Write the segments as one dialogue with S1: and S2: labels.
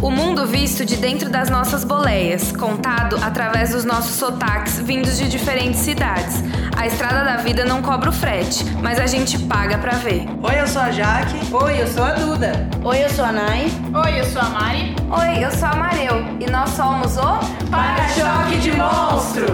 S1: O mundo visto de dentro das nossas boleias, contado através dos nossos sotaques vindos de diferentes cidades. A estrada da vida não cobra o frete, mas a gente paga pra ver.
S2: Oi, eu sou a Jaque. Oi, eu sou a Duda.
S3: Oi, eu sou a Nai.
S4: Oi, eu sou a Mari.
S1: Oi, eu sou a Mareu e nós somos o
S2: Para-choque de monstro!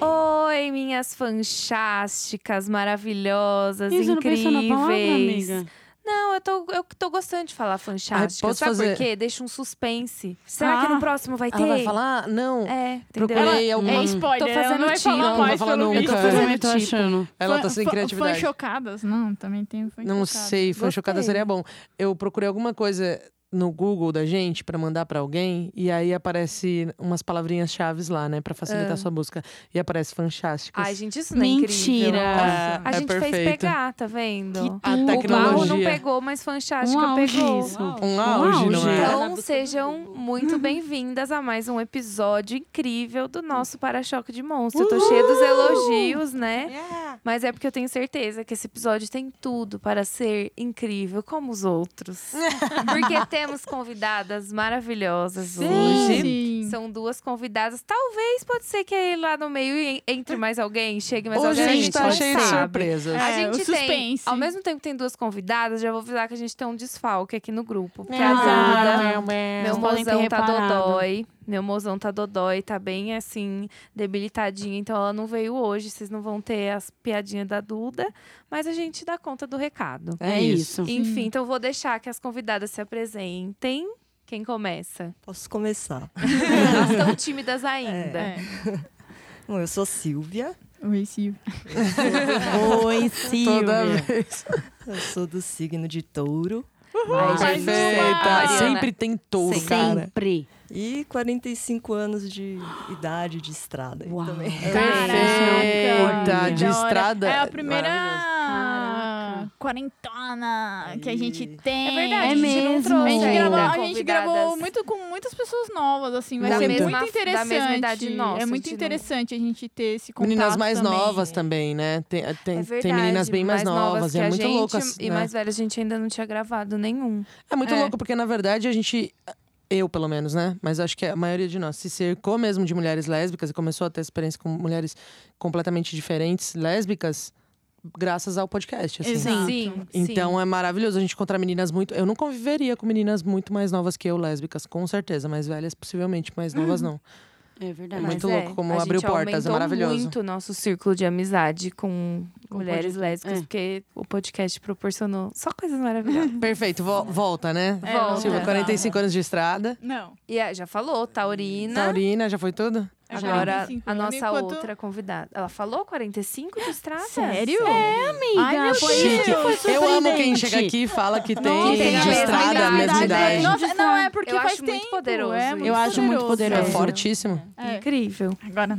S1: Oi, minhas fantásticas, maravilhosas,
S5: Ih, você não
S1: incríveis.
S5: pensou na palavra, amiga?
S1: Não, eu tô, eu tô gostando de falar fantástica.
S6: posso
S1: Sabe
S6: fazer-
S1: por quê? Deixa um suspense. Será
S5: Ah.
S1: que no próximo vai ter?
S6: Ela vai falar? "Ah, Não.
S1: É, entendeu?
S6: Procurei alguma. um.
S4: É spoiler,
S1: Tô
S4: ela não vai
S1: fazendo tiro.
S4: falar
S6: Uhum. Não,
S4: mais
S6: vai falar
S4: pelo
S6: nunca.
S5: Eu
S4: visto.
S6: Fazendo
S5: também tô
S1: tipo.
S5: achando.
S6: Ela
S4: Fã-
S6: tá sem
S4: fã-
S6: criatividade.
S4: Fã chocadas? Não, também tem um fã
S6: Não
S4: chocadas.
S6: sei, fã chocada
S1: Gostei.
S6: seria bom. Eu procurei alguma coisa no Google da gente pra mandar pra alguém e aí aparece umas palavrinhas chaves lá, né, Pra facilitar a sua busca. E aparece fantásticas.
S1: Ai, gente, isso não é incrível.
S5: Mentira.
S1: Nossa. A
S6: É
S1: gente fez
S6: perfeito.
S1: pegar, tá vendo?
S6: a
S5: tudo.
S1: O barro não
S6: tecnologia.
S1: pegou, mas fantástica
S5: Um auge
S1: pegou.
S5: isso. Uhum.
S6: Um
S5: Um
S6: auge, não
S5: auge.
S6: é?
S1: Então, sejam muito bem-vindas a mais um episódio incrível do
S5: Uhum.
S1: nosso Para-Choque de Monstro. Eu tô cheia dos elogios, né? Mas é porque eu tenho certeza que esse episódio tem tudo para ser incrível como os outros. Porque temos convidadas maravilhosas
S6: Um
S1: hoje.
S4: Sim.
S1: São duas convidadas. Talvez pode ser que aí lá no meio en- entre mais alguém, chegue mais
S6: Hoje
S1: alguém.
S6: a
S1: a
S6: gente tá
S1: não
S6: cheio de
S1: sabe.
S6: surpresas.
S4: É.
S1: A gente tem,
S4: o suspense.
S1: ao mesmo tempo que tem duas convidadas, já vou avisar que a gente tem um desfalque aqui no grupo.
S4: É,
S1: Porque a Duda, meu
S5: Exato. Vocês podem ter
S1: mozão tá
S5: reparado.
S1: dodói. Meu mozão tá dodói, tá bem assim, debilitadinha. Então ela não veio hoje. Vocês não vão ter as piadinhas da Duda, mas a gente dá conta do recado.
S5: É isso.
S1: Enfim, então eu vou deixar que as convidadas se apresentem. Quem começa?
S7: Posso começar.
S1: Elas estão tímidas ainda.
S4: É.
S7: Bom, eu sou Silvia.
S4: Oi, Sil.
S7: Oi,
S6: Toda vez.
S7: Eu sou do signo de touro.
S1: Ai, gente,
S6: Perfeita.
S1: Mariana.
S6: Sempre tem touro,
S1: Sempre.
S6: cara.
S5: Sempre.
S7: E 45 anos de idade de estrada aí
S5: Uau.
S7: também.
S6: Perfeita.
S5: Caraca.
S6: De
S4: Da hora.
S6: estrada.
S4: É a primeira
S6: Maravilhoso.
S5: Caraca.
S4: quarentona que a gente
S7: Ih.
S4: tem.
S1: É verdade,
S5: É
S1: a gente não
S5: mesmo.
S1: trouxe
S4: A gente,
S1: ainda
S4: gravou, a
S1: convidadas.
S4: gente gravou muito com muitas pessoas novas, assim, vai
S1: Da
S4: ser
S6: mesma-
S4: muito
S1: da mesma
S4: interessante.
S1: idade nossa,
S4: é muito
S1: de novo.
S4: interessante a gente ter esse contato
S6: Meninas mais
S4: também.
S6: novas também, né? Tem, tem,
S1: É
S6: tem meninas
S1: verdade,
S6: bem mais, novas.
S1: que
S6: e
S1: a
S6: é muito
S1: gente,
S6: louco.
S1: E
S6: né?
S1: mais velhas, a gente ainda não tinha gravado nenhum.
S6: É muito
S1: É.
S6: louco, porque na verdade a gente. Eu, pelo menos, né? Mas acho que a maioria de nós se cercou mesmo de mulheres lésbicas e começou a ter experiência com mulheres completamente diferentes, lésbicas, graças ao podcast. Assim.
S4: Exato.
S1: Sim,
S6: Então é maravilhoso a gente encontrar meninas muito. Eu não conviveria com meninas muito mais novas que eu, lésbicas, com certeza, mais velhas, possivelmente, mais novas não.
S5: É
S6: É
S5: verdade.
S1: Uhum. Mas
S6: muito louco como
S1: a
S6: abriu
S1: gente
S6: portas, é
S1: aumentou
S6: maravilhoso.
S1: muito o nosso círculo de amizade com,
S5: Com
S1: mulheres
S5: podcast.
S1: lésbicas,
S5: É.
S1: porque o podcast proporcionou só coisas maravilhosas.
S6: Perfeito, vo- volta, né?
S4: É,
S1: Volta.
S6: Silvia,
S4: não,
S6: 45 anos de estrada.
S4: Não.
S1: E ah, já falou, Taurina.
S6: Taurina, já foi tudo?
S4: é
S1: Agora,
S4: 45
S1: a
S4: anos,
S1: nossa
S4: enquanto- Ah, tá.
S1: outra convidada. Ela falou 45 de estrada?
S4: Sério?
S5: É, amiga.
S4: Ai, meu
S5: foi
S4: Deus.
S5: isso que foi
S6: Eu amo quem
S5: surpreendente.
S6: chega aqui e fala que tem
S5: Nossa,
S6: de
S1: tem a mesma
S6: estrada, a
S1: idade.
S6: mesma idade.
S4: Nossa, não, é porque
S1: Eu
S4: faz
S1: acho muito
S4: tempo,
S1: poderoso
S4: é
S1: isso.
S4: muito
S5: Eu acho muito
S6: É
S5: poderoso.
S6: fortíssimo.
S4: É.
S1: Incrível.
S4: Agora,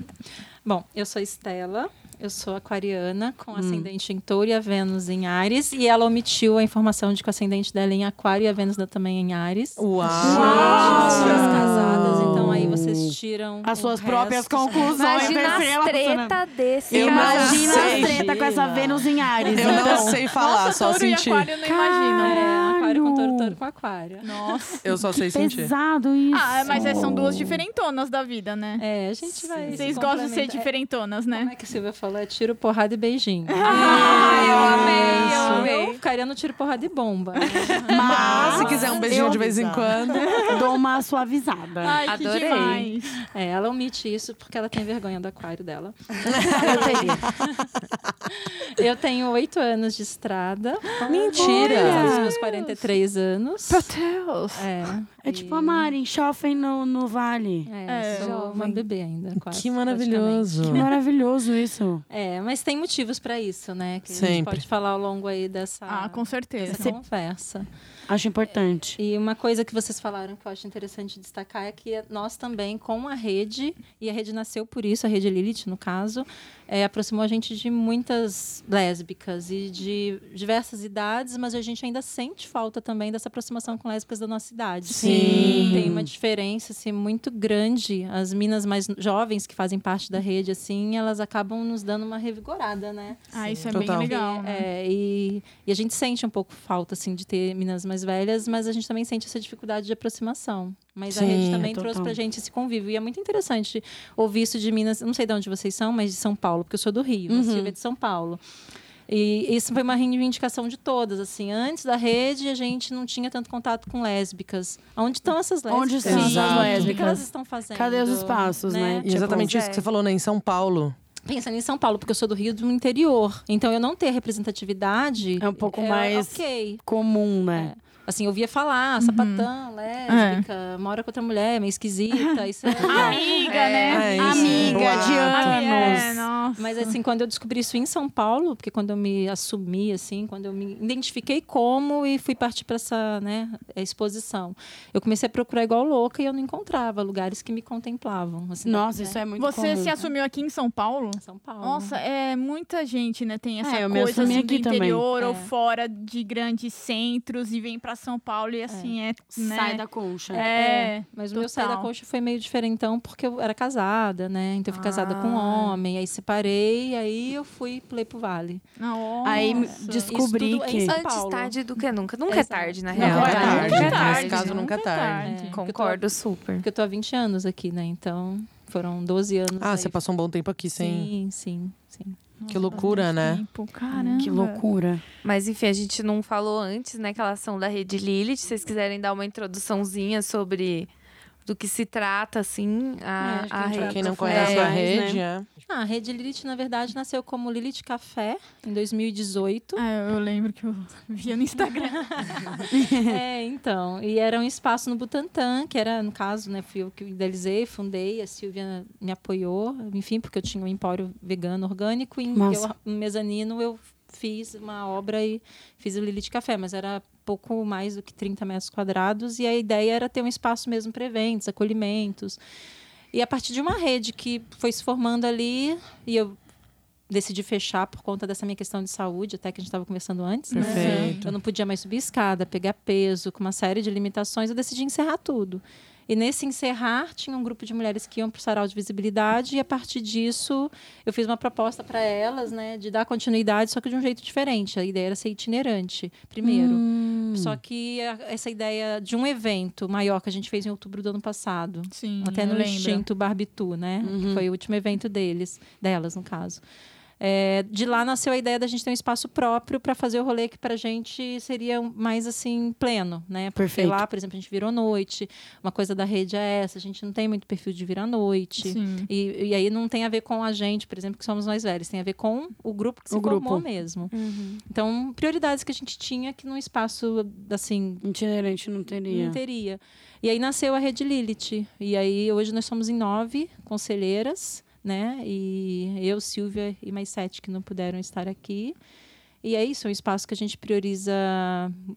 S8: Bom, eu sou Estela, eu sou aquariana, com ascendente em touro e a Vênus em Ares. E ela omitiu a informação de que o ascendente dela é em aquário e a Vênus dela também é em Ares.
S6: Uau!
S8: Somos casadas, então aí vocês tiram
S5: As
S8: o
S5: suas
S8: resto.
S5: próprias conclusões. né,
S1: Imagina
S5: Priscila.
S1: as treta desse
S6: Eu
S1: casal.
S5: Imagina
S6: sei.
S5: as treta com essa Vênus em Ares.
S6: Eu
S5: então.
S6: não sei falar,
S4: nossa, é?
S6: só
S4: touro e
S6: sentir.
S4: aquário eu não imagino. né?
S8: É, aquário com touro,
S5: Claro.
S8: touro com aquário.
S4: Nossa.
S6: Eu só sei sentir.
S5: Pesado isso.
S4: Ah, mas é- são duas diferentonas da vida, né?
S8: É, a gente vai. se
S4: Vocês gostam de ser
S8: complementar.
S4: diferentonas,
S8: É, Como
S4: né?
S8: é que a Silvia falou? É tiro, porrada e beijinho. Ah,
S1: Ai, eu amei, eu amei.
S8: Eu ficaria no tiro, porrada e bomba.
S6: Ah, se quiser um beijinho de vez em quando.
S5: Dou uma suavizada.
S4: Ai, que
S1: Adorei.
S4: demais.
S8: É, ela omite isso porque ela tem vergonha do aquário dela.
S5: Eu teria.
S8: Eu tenho oito anos de estrada.
S6: Mentira!
S8: Os meus 43 anos.
S1: Meu Deus.
S8: É.
S5: É tipo a Mari, chofem no, no vale.
S4: É,
S8: É, sou uma
S1: jovem.
S8: bebê ainda, quase.
S6: que maravilhoso.
S5: Que maravilhoso isso.
S8: praticamente. É, mas tem motivos para isso, né? Que a gente
S6: Sempre.
S8: pode falar ao longo aí dessa,
S4: Ah, com certeza.
S8: dessa conversa.
S5: Acho importante.
S8: E uma coisa que vocês falaram que eu acho interessante destacar é que nós também, com a rede, e a rede nasceu por isso, a rede Lilith, no caso, é, aproximou a gente de muitas lésbicas e de diversas idades, mas a gente ainda sente falta também dessa aproximação com lésbicas da nossa idade.
S6: Sim.
S8: Tem uma diferença assim, muito grande. As minas mais jovens que fazem parte da rede, assim, elas acabam nos dando uma revigorada, né?
S4: Ah, isso é
S6: Total.
S4: bem legal. né?
S8: É, e, e a gente sente um pouco falta, assim, de ter meninas mais velhas, mas a gente também sente essa dificuldade de aproximação. Mas a
S6: Sim,
S8: rede
S6: é
S8: também trouxe
S5: total.
S8: pra gente esse convívio. E é muito interessante ouvir isso de Minas, não sei de onde vocês são, mas de São Paulo, porque eu sou do Rio, a
S5: Uhum.
S8: Silvia é de São Paulo. E isso foi uma reivindicação de todas, assim. Antes da rede, a gente não tinha tanto contato com lésbicas. Onde estão essas lésbicas? Assim,
S5: Onde estão as
S6: Exato.
S8: O que que elas
S5: lésbicas?
S8: estão fazendo?
S5: Cadê os espaços, né?
S8: né?
S6: E exatamente
S1: Tipo,
S6: isso que você
S1: é.
S6: falou, né? Em São Paulo.
S8: Pensando em São Paulo, porque eu sou do Rio do interior. Então, eu não ter representatividade...
S5: É um pouco mais
S8: Ok,
S5: comum, né?
S8: Assim, eu via falar, sapatão, lésbica, mora com outra mulher, meio esquisita, isso é legal.
S4: Amiga,
S1: É.
S4: né?
S6: É isso.
S5: Amiga
S6: Boa.
S5: de
S4: É,
S5: anos.
S4: nossa.
S8: Mas assim, quando eu descobri isso em São Paulo, porque quando eu me assumi, assim, quando eu me identifiquei como e fui partir para essa né, exposição, eu comecei a procurar igual louca e eu não encontrava lugares que me contemplavam. Assim,
S5: Nossa, isso é muito
S4: Você
S5: comum.
S4: se assumiu aqui em São Paulo?
S8: São Paulo.
S4: Nossa, é muita gente, né? Tem essa
S5: É, eu me
S4: coisa
S5: assumi
S4: assim,
S5: aqui
S4: do
S5: também.
S4: interior ou
S8: É.
S4: fora de grandes centros e vem pra São Paulo e assim é, né?
S5: Sai da concha.
S4: É.
S8: Mas o meu
S4: Total.
S8: sair da coxa foi meio diferentão, porque eu era casada, né? Então eu fui casada com um
S1: Ah.
S8: homem, aí separei, aí eu fui play pro vale.
S4: Não,
S5: Aí me
S4: nossa.
S5: descobri
S8: Isso tudo é
S5: que.
S8: São
S1: Antes
S8: Paulo.
S1: tarde do que nunca. Nunca
S8: Exato.
S1: é tarde, na
S8: Nunca
S1: real.
S8: é tarde.
S1: Nunca é
S6: Nunca
S1: tarde.
S6: Nesse caso, nunca é tarde.
S8: É.
S1: Concordo super.
S8: Porque eu tô há 20 anos aqui, né? Então, foram 12 anos.
S6: Ah,
S8: aí.
S6: você passou um bom tempo aqui sem.
S8: Sim, sim, sim.
S6: Que loucura, né?
S4: Tempo, caramba.
S5: Que loucura.
S1: Mas enfim, a gente não falou antes, né, que elas são da Rede Lilith. Se vocês quiserem dar uma introduçãozinha sobre do que se trata, assim, a,
S8: É, acho que
S1: a
S8: a gente vai
S6: Pra
S1: rede.
S6: quem não
S5: aprofundar
S6: conhece a
S5: mais,
S6: rede, é.
S8: Ah, a Rede Lilith, na verdade, nasceu como Lilith Café em 2018.
S4: Ah, eu lembro que eu via no Instagram.
S8: é, então. E era um espaço no Butantã, que era, no caso, né, fui eu que idealizei, fundei, a Silvia me apoiou, enfim, porque eu tinha um empório vegano orgânico e em-
S5: Massa.
S8: eu, um mezanino eu fiz uma obra e fiz o Lilith Café, mas era pouco mais do que 30 metros quadrados e a ideia era ter um espaço mesmo para eventos, acolhimentos. E a partir de uma rede que foi se formando ali e eu decidi fechar por conta dessa minha questão de saúde, até que a gente estava conversando antes, né?
S6: Perfeito.
S8: Eu não podia mais subir escada, pegar peso, com uma série de limitações, eu decidi encerrar tudo. E nesse encerrar, tinha um grupo de mulheres que iam para o sarau de visibilidade, e a partir disso, eu fiz uma proposta para elas, né, de dar continuidade, só que de um jeito diferente. A ideia era ser itinerante, primeiro.
S5: Hum.
S8: Só que a- essa ideia de um evento maior que a gente fez em outubro do ano passado,
S4: Sim,
S8: até
S4: eu
S8: no
S4: lembro.
S8: extinto Barbitu, né?
S5: Uhum.
S8: Que foi o último evento deles, delas, no caso. É, de lá nasceu a ideia da gente ter um espaço próprio para fazer o rolê que pra gente seria um- mais assim pleno, né? Porque
S5: Perfeito.
S8: lá, por exemplo, a gente virou noite, uma coisa da rede é essa, a gente não tem muito perfil de virar noite.
S4: Sim.
S8: E, e aí não tem a ver com a gente, por exemplo, que somos nós velhos, tem a ver com o grupo que se
S5: O grupo. Uhum.
S8: formou mesmo. Então, prioridades que a gente tinha que num espaço assim
S5: Itinerante não teria.
S8: não teria. E aí nasceu a Rede Lilith. E aí hoje nós somos em nove conselheiras, né? E eu, Silvia e mais sete que não puderam estar aqui. E é isso, é um espaço que a gente prioriza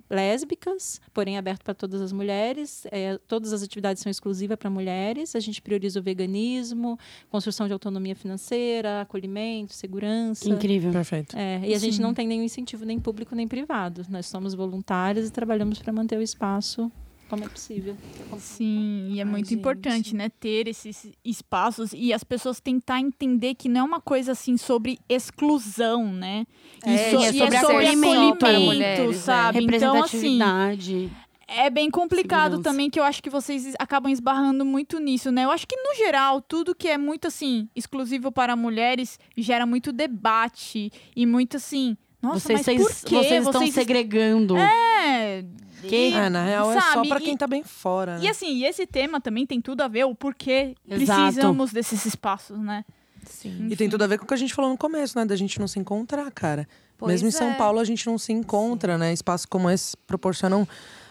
S8: lésbicas, porém aberto para todas as mulheres. É, todas as atividades são exclusivas para mulheres. A gente prioriza o veganismo, construção de autonomia financeira, acolhimento, segurança.
S5: Incrível.
S6: Perfeito.
S8: É, e a gente
S4: Sim.
S8: não tem nenhum incentivo, nem público, nem privado. Nós somos voluntários e trabalhamos para manter o espaço como é possível.
S4: Sim, e é
S8: Ai,
S4: muito
S8: gente.
S4: importante, né, ter esses espaços e as pessoas tentar entender que não é uma coisa assim sobre exclusão, né?
S1: É,
S4: so-
S1: e é sobre
S5: acolhimento para é.
S1: mulheres, né?
S4: sabe? Então, assim,
S5: Representatividade.
S4: é bem complicado
S5: Segurança.
S4: também que eu acho que vocês acabam esbarrando muito nisso, né? Eu acho que no geral, tudo que é muito assim exclusivo para mulheres gera muito debate e muito assim, nossa,
S5: vocês,
S4: mas por
S5: vocês-
S4: quê?
S5: vocês estão segregando. É.
S4: é, e-
S6: Ah, na real é só
S4: sabe,
S6: pra
S4: e-
S6: quem tá bem fora.
S4: E
S6: né?
S4: assim, e esse tema também tem tudo a ver o porquê
S5: Exato.
S4: precisamos desses espaços, né?
S8: Uhum.
S1: Sim.
S6: E tem tudo a ver com o que a gente falou no começo, né? Da gente não se encontrar, cara.
S1: Pois
S6: Mesmo em São
S1: é.
S6: Paulo, a gente não se encontra, né? Espaços como esse proporcionam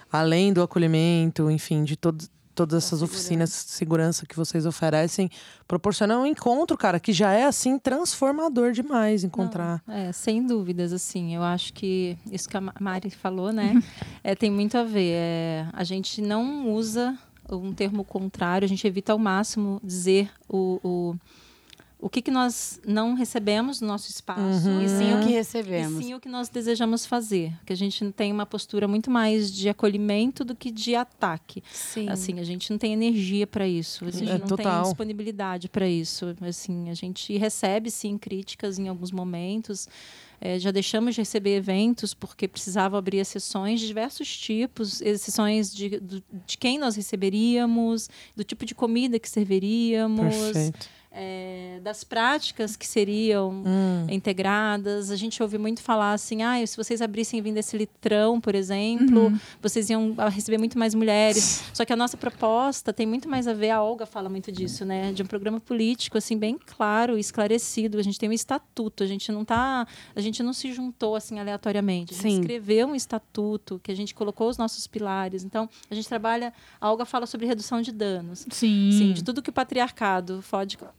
S6: além do acolhimento, enfim, de todo, todas essas oficinas de segurança que vocês oferecem, proporciona um encontro, cara, que já é assim transformador demais encontrar.
S8: É, sem dúvidas, assim, eu acho que isso que a Ma- Mari falou, né, é, tem muito a ver. É, a gente não usa um termo contrário, a gente evita ao máximo dizer o, o, o que, que nós não recebemos no nosso espaço.
S5: E sim o que recebemos.
S8: Uhum. E sim o que nós desejamos fazer. Que a gente tem uma postura muito mais de acolhimento do que de ataque.
S1: Sim.
S8: Assim, a gente não tem energia para isso. A gente
S6: É,
S8: não
S6: total.
S8: tem disponibilidade para isso. Assim, a gente recebe, sim, críticas em alguns momentos. É, já deixamos de receber eventos porque precisava abrir as sessões de diversos tipos, eh, sessões de, do- de quem nós receberíamos, do tipo de comida que serviríamos,
S6: Perfeito.
S8: é, das práticas que seriam
S6: Hum.
S8: integradas. A gente ouve muito falar assim, ah, se vocês abrissem e vendessem litrão, por exemplo, vocês iam ah, receber muito mais mulheres. Só que a nossa proposta tem muito mais a ver, a Olga fala muito disso, né? De um programa político, assim, bem claro, esclarecido. A gente tem um estatuto, a gente não tá. A gente não se juntou assim aleatoriamente. A gente
S5: Sim.
S8: escreveu um estatuto, que a gente colocou os nossos pilares. Então, a gente trabalha. A Olga fala sobre redução de danos.
S4: Sim.
S8: Sim, de tudo que o patriarcado fode.
S5: Pode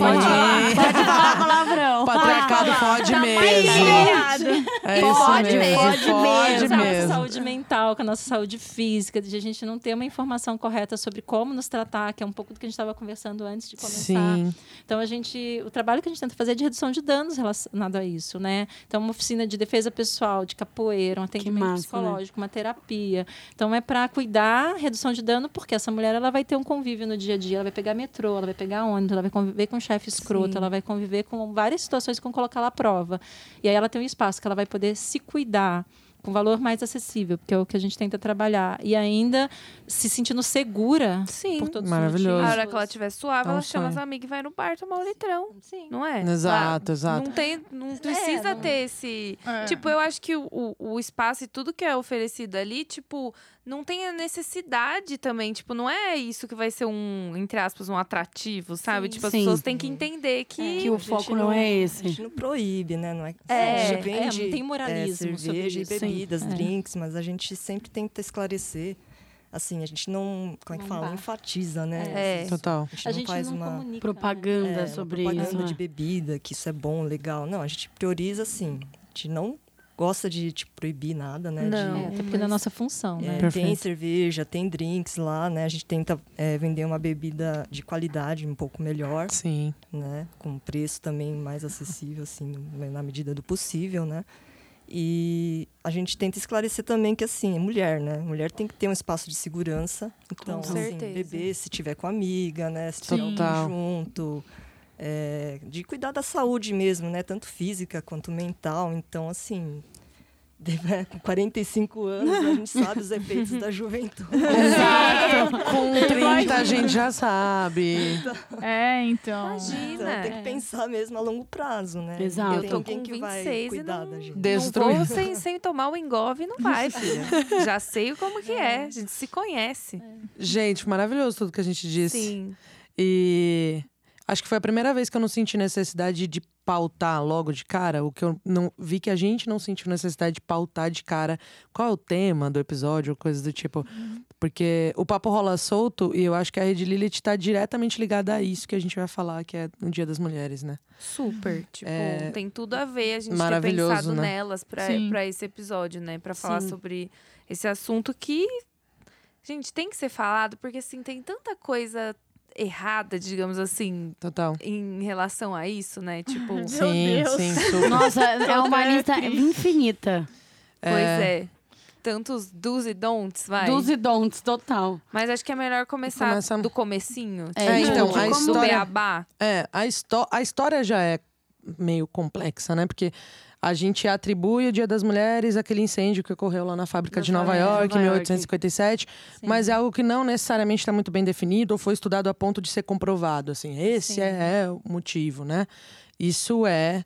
S6: Pode
S5: falar. Pode falar palavrão.
S6: Patriarcado pode mesmo. É isso
S5: Pode
S6: mesmo.
S5: mesmo.
S6: Pode
S8: com a nossa
S6: mesmo.
S8: saúde mental, com a nossa saúde física, de a gente não ter uma informação correta sobre como nos tratar, que é um pouco do que a gente estava conversando antes de começar.
S6: Sim.
S8: Então a gente, o trabalho que a gente tenta fazer é de redução de danos relacionado a isso, né? Então uma oficina de defesa pessoal, de capoeira, um atendimento
S5: massa,
S8: psicológico, uma terapia. Então é para cuidar, redução de dano, porque essa mulher ela vai ter um convívio no dia a dia, ela vai pegar metrô, ela vai pegar ônibus, ela vai conviver com chefe escroto, ela vai conviver com várias situações que vão colocar ela à prova. E aí ela tem um espaço que ela vai poder se cuidar com um valor mais acessível, porque é o que a gente tenta trabalhar. E ainda se sentindo segura
S1: Sim.
S8: por todos
S6: Maravilhoso.
S8: os
S1: A
S8: motivos.
S1: hora que ela estiver suave,
S6: É um
S1: ela chama
S6: sonho.
S1: as amigas e vai no bar tomar um litrão.
S8: Sim. É,
S1: Não é?
S6: Exato, exato.
S1: Não tem, não precisa
S8: não-
S1: ter esse.
S4: É.
S1: Tipo, eu acho que o, o- o espaço e tudo que é oferecido ali, tipo, não tem a necessidade também. Tipo, não é isso que vai ser um, entre aspas, um atrativo, sabe?
S8: Sim.
S1: tipo, as
S5: Sim.
S1: pessoas têm que entender que.
S5: Que o foco não é
S7: A gente
S5: esse.
S7: não proíbe, né? Não é,
S1: É,
S7: a
S1: é,
S7: gente vende
S8: não tem moralismo
S7: é,
S8: sobre
S7: cerveja e
S8: isso. Sim,
S7: bebidas,
S5: é.
S7: drinks, mas a gente sempre tenta esclarecer. Assim, a gente não, como é que
S8: Não
S7: fala?
S8: dá.
S7: Enfatiza, né?
S1: É.
S7: Esses-
S6: Total.
S7: A gente
S8: A
S7: não
S8: gente
S7: faz
S8: não
S7: uma
S8: comunica. né?
S7: é,
S5: né? Propaganda
S7: uma
S5: sobre
S7: propaganda né? de
S5: isso. né?
S7: bebida, que isso é bom, legal. Não, a gente prioriza assim. A gente não gosta de tipo, proibir nada, né?
S1: Não.
S7: de-
S8: É, até porque da nossa função, né?
S7: É, tem
S6: Perfeito.
S7: cerveja, tem drinks lá, né? A gente tenta é, vender uma bebida de qualidade um pouco melhor,
S6: Sim.
S7: né? Com preço também mais acessível, assim, no- na medida do possível, né? E a gente tenta esclarecer também que, assim, é mulher, né? Mulher tem que ter um espaço de segurança. Então, assim,
S1: certeza.
S7: beber se tiver com amiga, né? Se tiver alguém
S6: Total.
S7: junto. é, de cuidar da saúde mesmo, né? Tanto física quanto mental. Então, assim... né, Com 45 anos, a gente sabe os efeitos da juventude.
S6: Com 30 a gente já sabe.
S4: É, então.
S7: Então,
S1: Imagina.
S7: tem que pensar mesmo a longo prazo, né?
S5: Exato.
S7: Tem
S5: Eu tô
S7: alguém
S1: com
S7: que vai
S1: 26 e
S7: cuidar
S1: não-
S7: da gente.
S1: Não vou
S6: Destruir.
S1: sem, sem tomar o engove, não vai, filha. Já sei como que é. A gente se conhece.
S6: Gente, maravilhoso tudo que a gente disse.
S1: Sim.
S6: E acho que foi a primeira vez que eu não senti necessidade de pautar logo de cara. O que eu não vi que a gente não sentiu necessidade de pautar de cara qual é o tema do episódio ou coisas do tipo.
S4: Uhum.
S6: Porque o papo rola solto e eu acho que a Rede Lilith tá diretamente ligada a isso que a gente vai falar, que é no Dia das Mulheres, né?
S1: Super. Tipo,
S6: É,
S1: tem tudo a ver a gente ter
S6: maravilhoso,
S1: pensado
S6: né?
S1: nelas pra,
S4: Sim.
S1: pra esse episódio, né? Pra falar
S5: Sim.
S1: sobre esse assunto que, gente, tem que ser falado, porque assim, tem tanta coisa errada, digamos assim,
S6: Total.
S1: em relação a isso, né? Tipo,
S5: Uhum.
S1: pois
S4: Meu
S6: sim,
S4: Deus.
S6: sim, super.
S5: Nossa, é uma lista infinita.
S1: é. Tantos do's e don'ts, vai.
S5: Dos e don'ts, total.
S1: Mas acho que é melhor começar
S6: Começa-
S1: do comecinho.
S5: É,
S1: tipo,
S5: então,
S1: do
S5: a
S6: história-
S1: beabá.
S6: É, a, histó a história já é meio complexa, né? Porque a gente atribui o Dia das Mulheres àquele incêndio que ocorreu lá na fábrica de Nova
S5: fábrica de
S6: York, em
S5: Nova York.
S6: 1857, mas é algo que não necessariamente está muito bem definido ou foi estudado a ponto de ser comprovado. Assim, esse é, é o motivo, né? Isso é,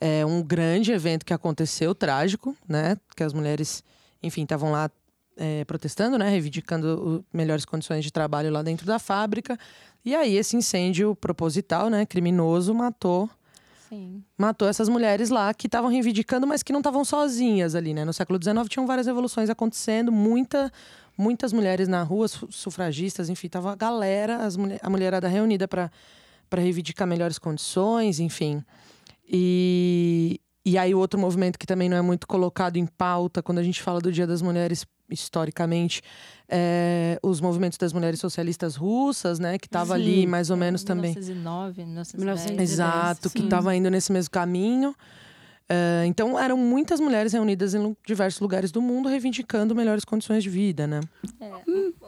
S6: é um grande evento que aconteceu, trágico, né? Que as mulheres, enfim, estavam lá é, protestando, né? Reivindicando o- melhores condições de trabalho lá dentro da fábrica. E aí, esse incêndio proposital, né? Criminoso, matou
S8: Sim.
S6: matou essas mulheres lá que estavam reivindicando, mas que não estavam sozinhas ali, né? No século XIX tinham várias revoluções acontecendo, muita, muitas mulheres na rua, su- sufragistas, enfim, tava a galera, as mulher- a mulherada reunida para reivindicar melhores condições, enfim. E, e aí outro movimento que também não é muito colocado em pauta quando a gente fala do Dia das Mulheres historicamente, é os movimentos das mulheres socialistas russas, né? Que tava ali
S5: Sim.
S6: mais ou menos também.
S8: 1909,
S5: 1910.
S8: 1910.
S6: Exato, que
S8: Sim.
S6: estava indo nesse mesmo caminho. Eh, então, eram muitas mulheres reunidas em lu- diversos lugares do mundo reivindicando melhores condições de vida, né?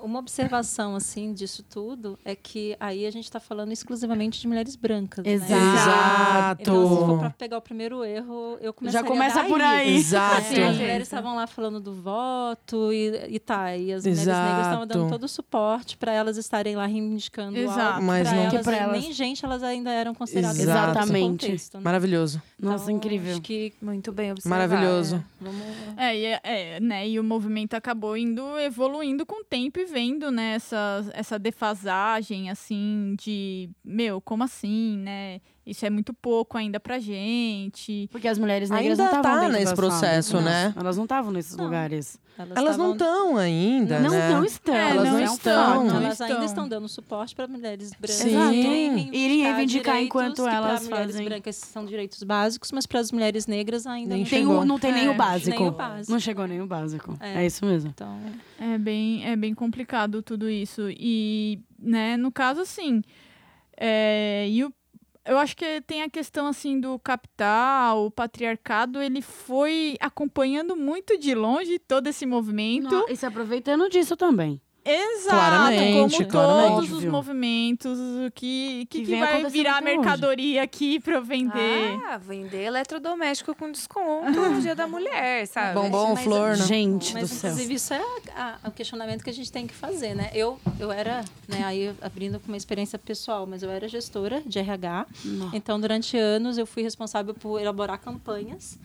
S8: Uma observação, assim, disso tudo é que aí a gente está falando exclusivamente de mulheres brancas, né?
S5: Exato.
S8: Então, se for pra pegar o primeiro erro, eu começaria
S5: começa
S8: daí.
S5: por aí.
S6: Exato.
S8: Assim, as mulheres estavam lá falando do voto e, e tá, e as mulheres
S6: Exato.
S8: negras estavam dando todo o suporte para elas estarem lá reivindicando
S4: Exato.
S8: algo.
S6: Mas
S8: pra
S6: não-
S8: elas,
S5: Que pra elas-
S8: Nem gente elas ainda eram consideradas
S6: Exato.
S8: nesse
S5: Exatamente.
S8: contexto, né?
S6: Maravilhoso.
S5: Nossa,
S8: Então,
S5: incrível.
S8: Acho que
S1: Muito bem observado.
S6: Maravilhoso.
S8: vamos...
S4: É, e, é- é, né, e o movimento acabou indo evoluindo com o tempo e vendo, né, essa, essa defasagem, assim, de, meu, como assim, né? Isso é muito pouco ainda pra gente.
S5: Porque as mulheres negras
S6: Ainda
S5: não estavam
S6: tá
S5: dentro
S6: nesse
S5: das
S6: processo,
S5: salas.
S6: né?
S5: Não, Elas não estavam nesses lugares.
S6: Elas não
S8: estavam-
S6: estão ainda,
S5: não,
S6: né?
S5: não estão.
S4: É,
S6: Elas não
S5: é um
S6: estão.
S5: fato.
S6: Não
S8: Elas ainda
S4: estão.
S8: estão dando suporte para mulheres brancas.
S6: Sim.
S8: irem
S5: Irem reivindicar
S8: direitos
S5: enquanto
S8: que pra
S5: elas
S8: mulheres
S5: fazem.
S8: brancas são direitos básicos, mas para as mulheres negras ainda
S6: Nem
S8: não
S5: Tem
S6: chegou.
S5: o- não tem nem
S4: É,
S5: o básico.
S8: nem o básico.
S5: Não chegou nem o básico.
S8: É.
S5: É, isso mesmo.
S8: Então,
S4: É bem, é bem complicado tudo isso. E, né, no caso, assim, é, e o- eu acho que tem a questão, assim, do capital, o patriarcado, ele foi acompanhando muito de longe todo esse movimento.
S5: Não, e se aproveitando disso também.
S4: Exato,
S6: Claramente,
S4: como
S6: claramente,
S4: todos os
S5: viu?
S4: movimentos, o que, que,
S5: Que
S4: que
S5: vem
S4: vai
S5: acontecendo
S4: virar
S5: até hoje.
S4: mercadoria aqui pra eu vender.
S1: Ah, vender eletrodoméstico com desconto no dia da mulher, sabe?
S6: Bombom,
S8: Mas-
S6: flor, né?
S5: Gente
S8: mas
S5: do céu.
S8: inclusive isso é a- a- o questionamento que a gente tem que fazer, né? Eu, eu era, né, aí abrindo com uma experiência pessoal, mas eu era gestora de RH,
S5: Nossa.
S8: então durante anos eu fui responsável por elaborar campanhas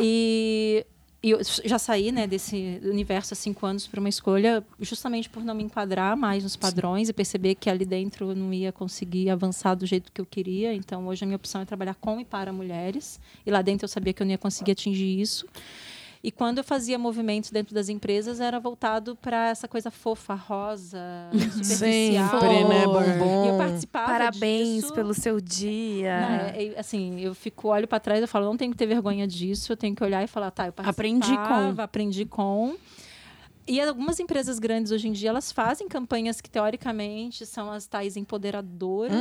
S8: e, e eu já saí, né, desse universo há cinco anos por uma escolha justamente por não me enquadrar mais nos padrões e perceber que ali dentro eu não ia conseguir avançar do jeito que eu queria, então hoje a minha opção é trabalhar com e para mulheres e lá dentro eu sabia que eu não ia conseguir atingir isso. E quando eu fazia movimentos dentro das empresas, era voltado para essa coisa fofa, rosa, superficial.
S6: Sempre, né?
S8: E eu
S6: Bombom.
S8: participava
S1: Parabéns
S8: disso.
S1: pelo seu dia.
S8: Não, é- é- assim, eu fico, olho para trás e falo, não tenho que ter vergonha disso, eu tenho que olhar e falar, tá, eu
S5: Aprendi
S8: participava, aprendi com. E algumas empresas grandes hoje em dia, elas fazem campanhas que teoricamente são as tais empoderadoras.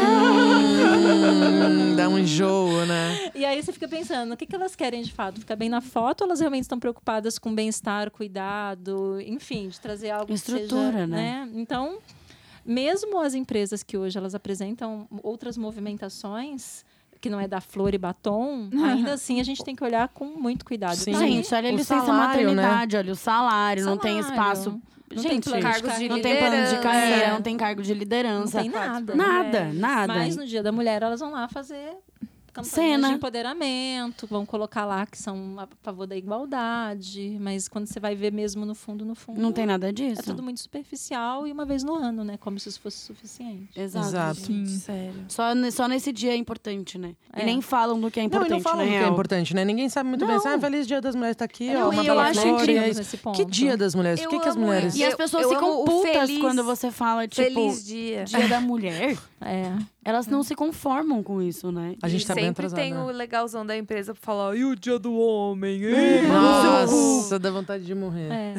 S6: Hum, dá um enjoo,
S5: É
S6: né?
S8: E aí você fica pensando, o que, que elas querem de fato? Ficar bem na foto ou elas realmente estão preocupadas com bem-estar, cuidado, enfim, de trazer algo que
S5: Estrutura,
S8: seja,
S5: né?
S8: Então, mesmo as empresas que hoje elas apresentam outras movimentações, que não é dar flor e batom, ainda assim a gente tem que olhar com muito cuidado.
S6: Sim.
S8: Tá aí,
S5: Gente, olha a
S6: O
S5: licença
S6: salário, né?
S5: maternidade, olha o salário, não tem
S8: Salário.
S5: espaço.
S8: Não tem
S5: gente,
S8: plano de é,
S1: Cargos de
S5: não tem plano de
S1: liderança.
S6: É.
S5: carreira, não tem cargo de
S8: não
S5: liderança.
S8: tem nada.
S5: Nada,
S6: Ah,
S5: nada.
S8: Mas no Dia da Mulher elas vão lá fazer campanhas
S5: Cena.
S8: de empoderamento, vão colocar lá que são a favor da igualdade, mas quando você vai ver mesmo no fundo, no fundo,
S5: Não tem nada
S8: é
S5: disso.
S8: tudo muito superficial e uma vez no ano, né? Como se isso fosse suficiente.
S5: Exato.
S6: Exato.
S1: Hum.
S4: Sim.
S1: Sério.
S5: Só, ne- só nesse dia é importante, né?
S8: É.
S5: E nem falam do que é
S6: Não, e
S5: importante,
S6: não falam
S5: na
S6: do que é
S5: real.
S6: importante, né? Ninguém sabe muito bem. Assim,
S5: Não.
S6: ah, feliz dia das mulheres tá aqui,
S5: Não,
S6: ó. uma
S5: e eu
S6: bela
S5: acho
S6: flor, e
S5: incrível
S6: é isso.
S8: nesse ponto.
S6: Que dia das mulheres?
S1: Eu
S6: Por que, que as
S1: amo
S6: mulheres.
S1: isso.
S5: E as pessoas
S1: Eu
S5: ficam
S1: amo o
S5: putas
S1: feliz-
S5: quando você fala, tipo,
S1: Feliz dia.
S5: dia da mulher.
S8: É.
S5: Elas não se conformam com isso, né?
S6: A gente tá
S1: sempre
S6: bem atrasada.
S1: tem
S6: né?
S1: o legalzão da empresa pra falar, e o dia do homem?
S6: Nossa, dá vontade de morrer.
S8: é.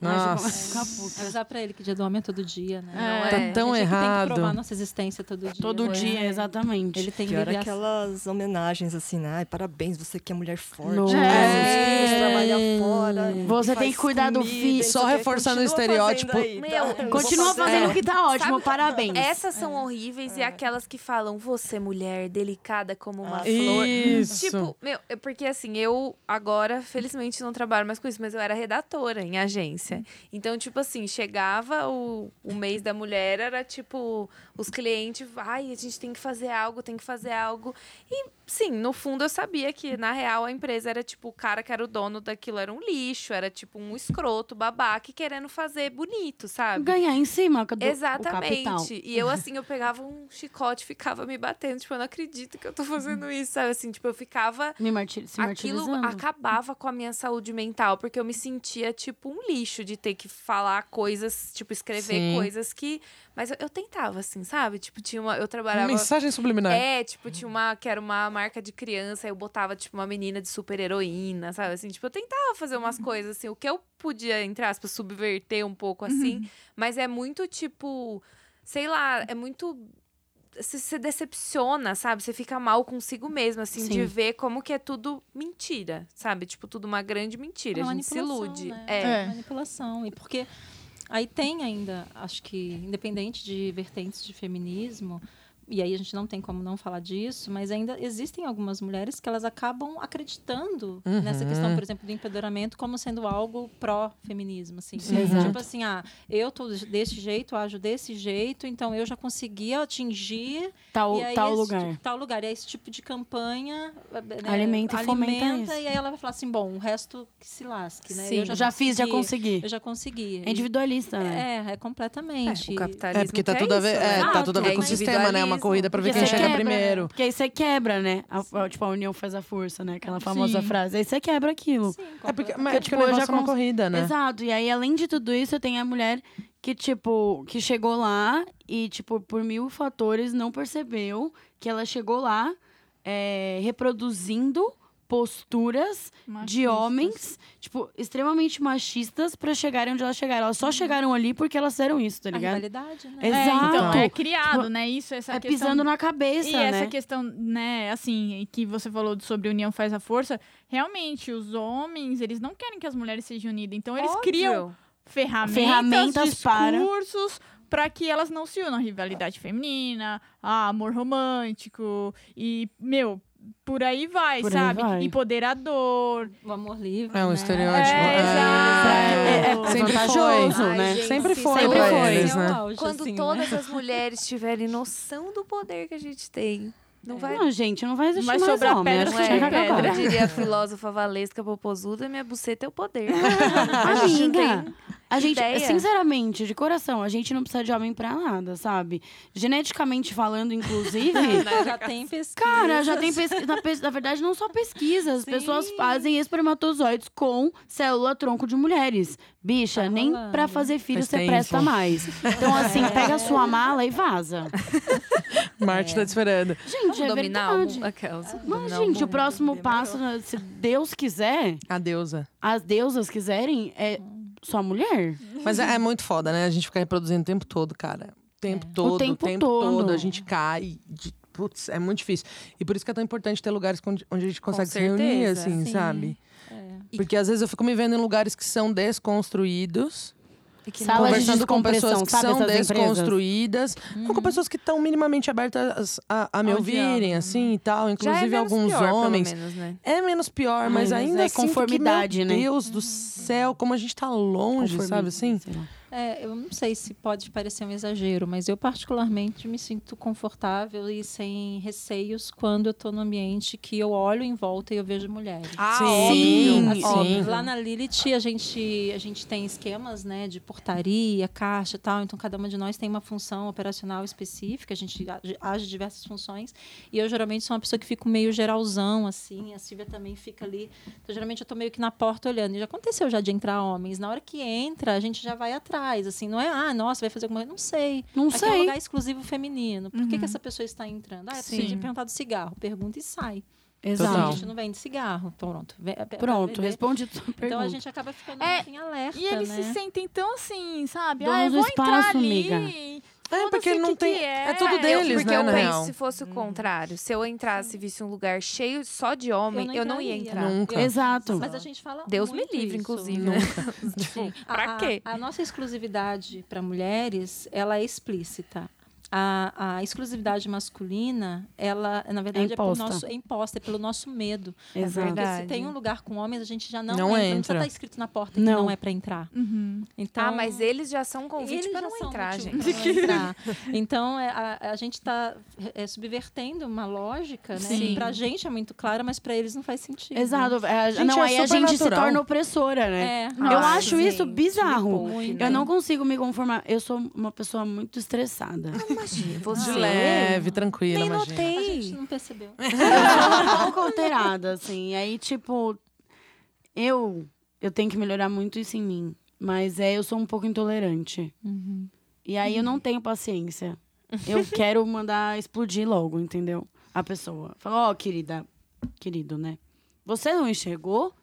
S6: Nossa.
S8: Avisar pra ele que dia do homem é todo dia, né?
S1: Não
S6: Tá
S1: é.
S6: tão
S8: a gente é que Tem
S6: errado.
S8: que provar nossa existência todo dia.
S5: Todo
S8: né?
S5: dia, exatamente.
S8: Ele tem
S7: Pior
S8: livre
S7: aquelas homenagens assim, né? Ai, parabéns, você que é mulher forte.
S5: Nossa. É.
S7: né? Você trabalha fora. e
S5: Você
S7: faz
S5: tem que cuidar do
S7: comida,
S5: filho.
S7: e
S6: Só
S7: não sei o quê.
S6: reforçando o
S7: Continua
S6: estereótipo.
S7: fazendo aí, tá?
S1: Meu,
S7: Eu vou
S5: Continua
S7: fazer.
S5: fazendo o que tá ótimo,
S1: É. Sabe-
S5: parabéns.
S1: Essas são horríveis e aquelas que falam, você mulher, delicada como uma
S7: Ah,
S1: flor.
S6: Isso.
S1: Tipo, meu, é porque assim, eu agora, felizmente, não trabalho mais com isso, mas eu era redatora em agência. Então, tipo assim, chegava o, o mês da mulher, era tipo, os clientes, ai, a gente tem que fazer algo, tem que fazer algo. E sim, no fundo eu sabia que, na real, a empresa era tipo, o cara que era o dono daquilo era um lixo, era tipo um escroto, babaca, e querendo fazer bonito, sabe?
S5: Ganhar em cima do, o capital.
S1: Exatamente. E eu, assim, eu pegava um chicote e ficava me batendo. Tipo, eu não acredito que eu tô fazendo isso, sabe? Assim, tipo, eu ficava.
S5: Me martir, se
S1: Aquilo
S5: martirizando.
S1: acabava com a minha saúde mental, porque eu me sentia, tipo, um lixo de ter que falar coisas, tipo, escrever
S6: Sim.
S1: coisas que. Mas eu, eu tentava, assim, sabe? Tipo, tinha uma. Eu trabalhava.
S6: Mensagem subliminar.
S1: É, tipo, tinha uma que era uma marca de criança, aí eu botava, tipo, uma menina de super heroína, sabe? Assim, tipo, eu tentava fazer
S6: Uhum.
S1: umas coisas, assim, o que eu podia, entre aspas, subverter um pouco
S6: Uhum.
S1: assim, mas é muito tipo, sei lá, é muito. Você se decepciona, sabe? Você fica mal consigo mesmo, assim, de
S5: Sim.
S1: ver como que é tudo mentira, sabe? Tipo, tudo uma grande mentira.
S8: Uma
S1: a gente se
S8: É manipulação,
S1: ilude.
S8: né?
S1: É.
S4: É.
S8: Manipulação. E porque aí tem ainda, acho que, independente de vertentes de feminismo, e aí a gente não tem como não falar disso, mas ainda existem algumas mulheres que elas acabam acreditando
S6: Uhum.
S8: nessa questão, por exemplo, do empoderamento como sendo algo pró-feminismo, assim.
S6: Sim, exato.
S8: Tipo assim, ah, eu tô desse jeito, ajo desse jeito, então eu já consegui atingir
S5: Tal,
S8: e aí
S5: tal
S8: esse
S5: tá lugar.
S8: tipo- tal lugar. E aí esse tipo de campanha né,
S5: Alimenta e fomenta
S8: alimenta,
S5: isso.
S8: E aí ela vai falar assim: bom, o resto que se lasque, né?
S5: Sim,
S8: eu
S5: já, fiz, já consegui.
S8: Eu já consegui.
S5: É individualista, né?
S8: É, é completamente.
S1: O capitalismo
S6: É, porque tá
S1: quer
S6: tudo a ver,
S1: isso,
S6: é,
S1: né?
S6: tá tudo a ver
S1: É
S6: com o sistema, né? É uma
S1: individualismo.
S6: corrida pra ver
S5: Porque
S6: quem
S5: você
S6: chega
S5: quebra, né?
S8: é.
S6: primeiro.
S5: Porque aí você quebra, né? A- a- tipo, a união faz a força, né? Aquela famosa
S4: Sim.
S5: frase. Aí você quebra aquilo.
S8: Sim,
S6: É porque,
S8: completamente.
S6: mas, tipo,
S5: Porque, tipo,
S6: o
S5: eu
S6: negócio
S5: já
S6: é uma
S5: cons-
S6: corrida, né?
S5: Exato. E aí, além de tudo isso, tem a mulher que, tipo, que chegou lá e, tipo, por mil fatores não percebeu que ela chegou lá é, reproduzindo posturas de
S4: Machistas.
S5: homens, tipo, extremamente machistas pra chegarem onde elas chegaram.
S8: Uhum.
S5: Elas só chegaram ali porque elas fizeram isso, tá
S8: A
S5: ligado?
S8: rivalidade, né?
S4: É,
S5: Exato.
S4: então, é criado, né? Isso, essa
S5: é
S4: questão
S5: pisando na cabeça,
S4: E
S5: né?
S4: essa questão, né, assim, que você falou sobre união faz a força, realmente os homens, eles não querem que as mulheres sejam unidas, então eles criam
S1: Óbvio.
S4: ferramentas,
S5: Ferramentas para-
S4: discursos para que elas não se unam, rivalidade feminina, ah, amor romântico e, meu, por aí vai,
S5: Por aí
S4: sabe?
S5: vai.
S4: Empoderador.
S8: O amor livre.
S6: É um
S8: né?
S6: estereótipo.
S4: É, exato.
S5: É, é, é
S6: Sempre
S5: vantajoso,
S1: foi.
S5: né?
S1: Ai, gente,
S6: Sempre
S1: sim,
S6: foi
S5: sempre
S6: pra
S5: foi.
S6: eles,
S8: É o
S6: né?
S8: auge,
S1: Quando
S8: assim, né?
S1: todas as mulheres tiverem noção do poder que a gente tem, não vai.
S5: Não, gente, não vai existir
S4: Vai
S5: mais
S4: sobrar
S5: homem.
S4: pedra
S5: É. Acho
S1: Não
S5: que
S4: sobre
S1: é,
S5: chega
S4: pedra.
S5: agora.
S1: Eu diria a filósofa Valesca Popozuda, minha buceta é o poder.
S5: Amiga, a gente,
S1: ideia.
S5: sinceramente, de coração, a gente não precisa de homem pra nada, sabe? Geneticamente falando, inclusive.
S8: Né? Já tem pesquisa.
S5: Cara, já tem pesquisa. Na, pes- na verdade, não só pesquisa. As
S8: Sim.
S5: pessoas fazem espermatozoides com célula tronco de mulheres. Bicha,
S8: Tá
S5: nem
S8: rolando.
S5: pra fazer filho
S6: Faz
S5: você
S6: tempo.
S5: presta mais. Então, assim,
S8: É.
S5: pega a sua mala e vaza.
S6: Marte tá desesperada.
S5: Gente, é
S1: dominar o
S5: verdade.
S1: mundo. Aquelas.
S5: Mas,
S1: dominar
S5: gente, o
S1: mundo.
S5: próximo passo, né, se Deus quiser,
S6: A deusa.
S5: as deusas quiserem, é só mulher.
S6: Mas é, é muito foda, né? A gente fica reproduzindo o tempo todo, cara. O tempo todo, o tempo,
S5: tempo
S6: todo.
S5: todo.
S6: A gente cai. de- Putz, é muito difícil. E por isso que é tão importante ter lugares onde onde a gente consegue se reunir,
S1: certeza.
S6: assim,
S8: Sim.
S6: sabe?
S8: É.
S6: Porque às vezes eu fico me vendo em lugares que são desconstruídos.
S5: Salas de
S6: É conversando com pessoas
S5: descompressão,
S6: que
S5: sabe
S6: são
S5: essas empresas?
S6: desconstruídas, não com pessoas que estão minimamente abertas a, a me
S4: Ao
S6: ouvirem,
S4: diálogo.
S6: assim e tal,
S1: Já é
S6: inclusive
S1: menos
S6: alguns
S1: pior, pelo
S6: homens.
S1: menos, né?
S6: É menos pior,
S5: Ai,
S6: mas
S5: mas
S6: ainda
S5: é
S6: assim.
S5: conformidade,
S6: meu
S5: né?
S6: Deus do céu, como a gente tá longe,
S5: Conformi-
S6: sabe assim?
S5: sei lá.
S8: É, eu não sei se pode parecer um exagero, mas eu particularmente me sinto confortável e sem receios quando eu tô num ambiente que eu olho em volta e eu vejo mulheres.
S1: Ah,
S6: Sim,
S8: Assim,
S6: sim.
S8: Lá na Lilith a gente, a gente tem esquemas né, de portaria, caixa e tal. Então cada uma de nós tem uma função operacional específica, a gente age- age diversas funções. E eu geralmente sou uma pessoa que fico meio geralzão, assim. A Silvia também fica ali. Então, geralmente eu tô meio que na porta olhando. E já aconteceu já de entrar homens. Na hora que entra, a gente já vai atrás. Assim, não é, ah, nossa, vai fazer alguma coisa. Não sei.
S5: Não
S8: Aqui é um
S5: sei.
S8: lugar exclusivo feminino. Por que, que essa pessoa está entrando? Ah, é preciso
S4: Sim.
S8: perguntar do cigarro. Pergunta e sai. A
S6: Total.
S5: Exato.
S8: gente não vende cigarro. Pronto. Ve- é,
S6: né?
S8: ve-
S5: Pronto,
S8: vê-
S5: responde sua pergunta.
S8: Então a gente acaba ficando
S4: É,
S8: em alerta,
S4: E eles
S8: né?
S4: se sentem tão assim, sabe? ah,
S5: Donos
S4: eu
S5: do
S4: vou entrar
S5: espaço,
S4: ali.
S5: amiga.
S6: É, porque
S4: Foda-se
S6: não
S4: o que
S6: tem.
S4: que
S6: É,
S4: é.
S6: tudo
S4: Eu-
S6: deles,
S1: porque
S6: né?
S1: eu
S6: na
S1: penso
S6: real.
S1: se fosse o contrário. Se eu entrasse e visse um lugar cheio só de homem, eu não, ia entrar.
S8: entraria.
S6: Nunca.
S5: Exato.
S8: Mas a gente fala
S1: Deus me
S8: muito
S1: livre,
S8: isso.
S1: inclusive.
S8: Não.
S1: né?
S8: Sim.
S1: Pra
S8: A-
S1: quê?
S8: A, a nossa exclusividade para mulheres, ela é explícita. a, a exclusividade masculina, ela, na verdade, é, pelo
S5: imposta.
S8: nosso, é imposta, é pelo nosso medo.
S5: Exato.
S8: Porque se
S1: Verdade.
S8: tem um lugar com homens, a gente já não,
S6: Não
S8: entra. Não precisa
S6: entra.
S8: estar escrito na porta que
S5: Não.
S8: não, é para entrar.
S4: Uhum.
S8: Então,
S1: ah, mas eles já são um convite
S8: eles
S1: para
S8: já
S1: não
S8: são
S1: entrar,
S8: motivo
S1: gente.
S8: pra não entrar. Então, é, a, a gente está subvertendo uma lógica, né?
S4: Sim.
S8: Para a gente é muito clara, mas para eles não faz sentido.
S5: Exato. É,
S6: Gente,
S5: não,
S6: é
S5: aí a
S6: super
S5: gente se
S6: natural.
S5: torna opressora, né?
S8: É. Ah,
S5: eu
S1: Nossa,
S5: acho isso
S1: gente,
S5: bizarro.
S1: me poupe,
S5: Eu
S1: né?
S5: não consigo me conformar. Eu sou uma pessoa muito estressada.
S1: Imagina,
S6: De
S1: você é.
S6: leve, tranquila,
S1: nem
S6: imagina.
S8: A
S1: notei.
S8: gente não percebeu.
S5: Eu sou um pouco alterada, assim. Aí, tipo, eu, eu tenho que melhorar muito isso em mim. Mas é, eu sou um pouco intolerante.
S1: Uhum.
S5: E aí eu não tenho paciência. Eu quero mandar explodir logo, entendeu? A pessoa. Fala, ó, querida, querido, né? Você não enxergou?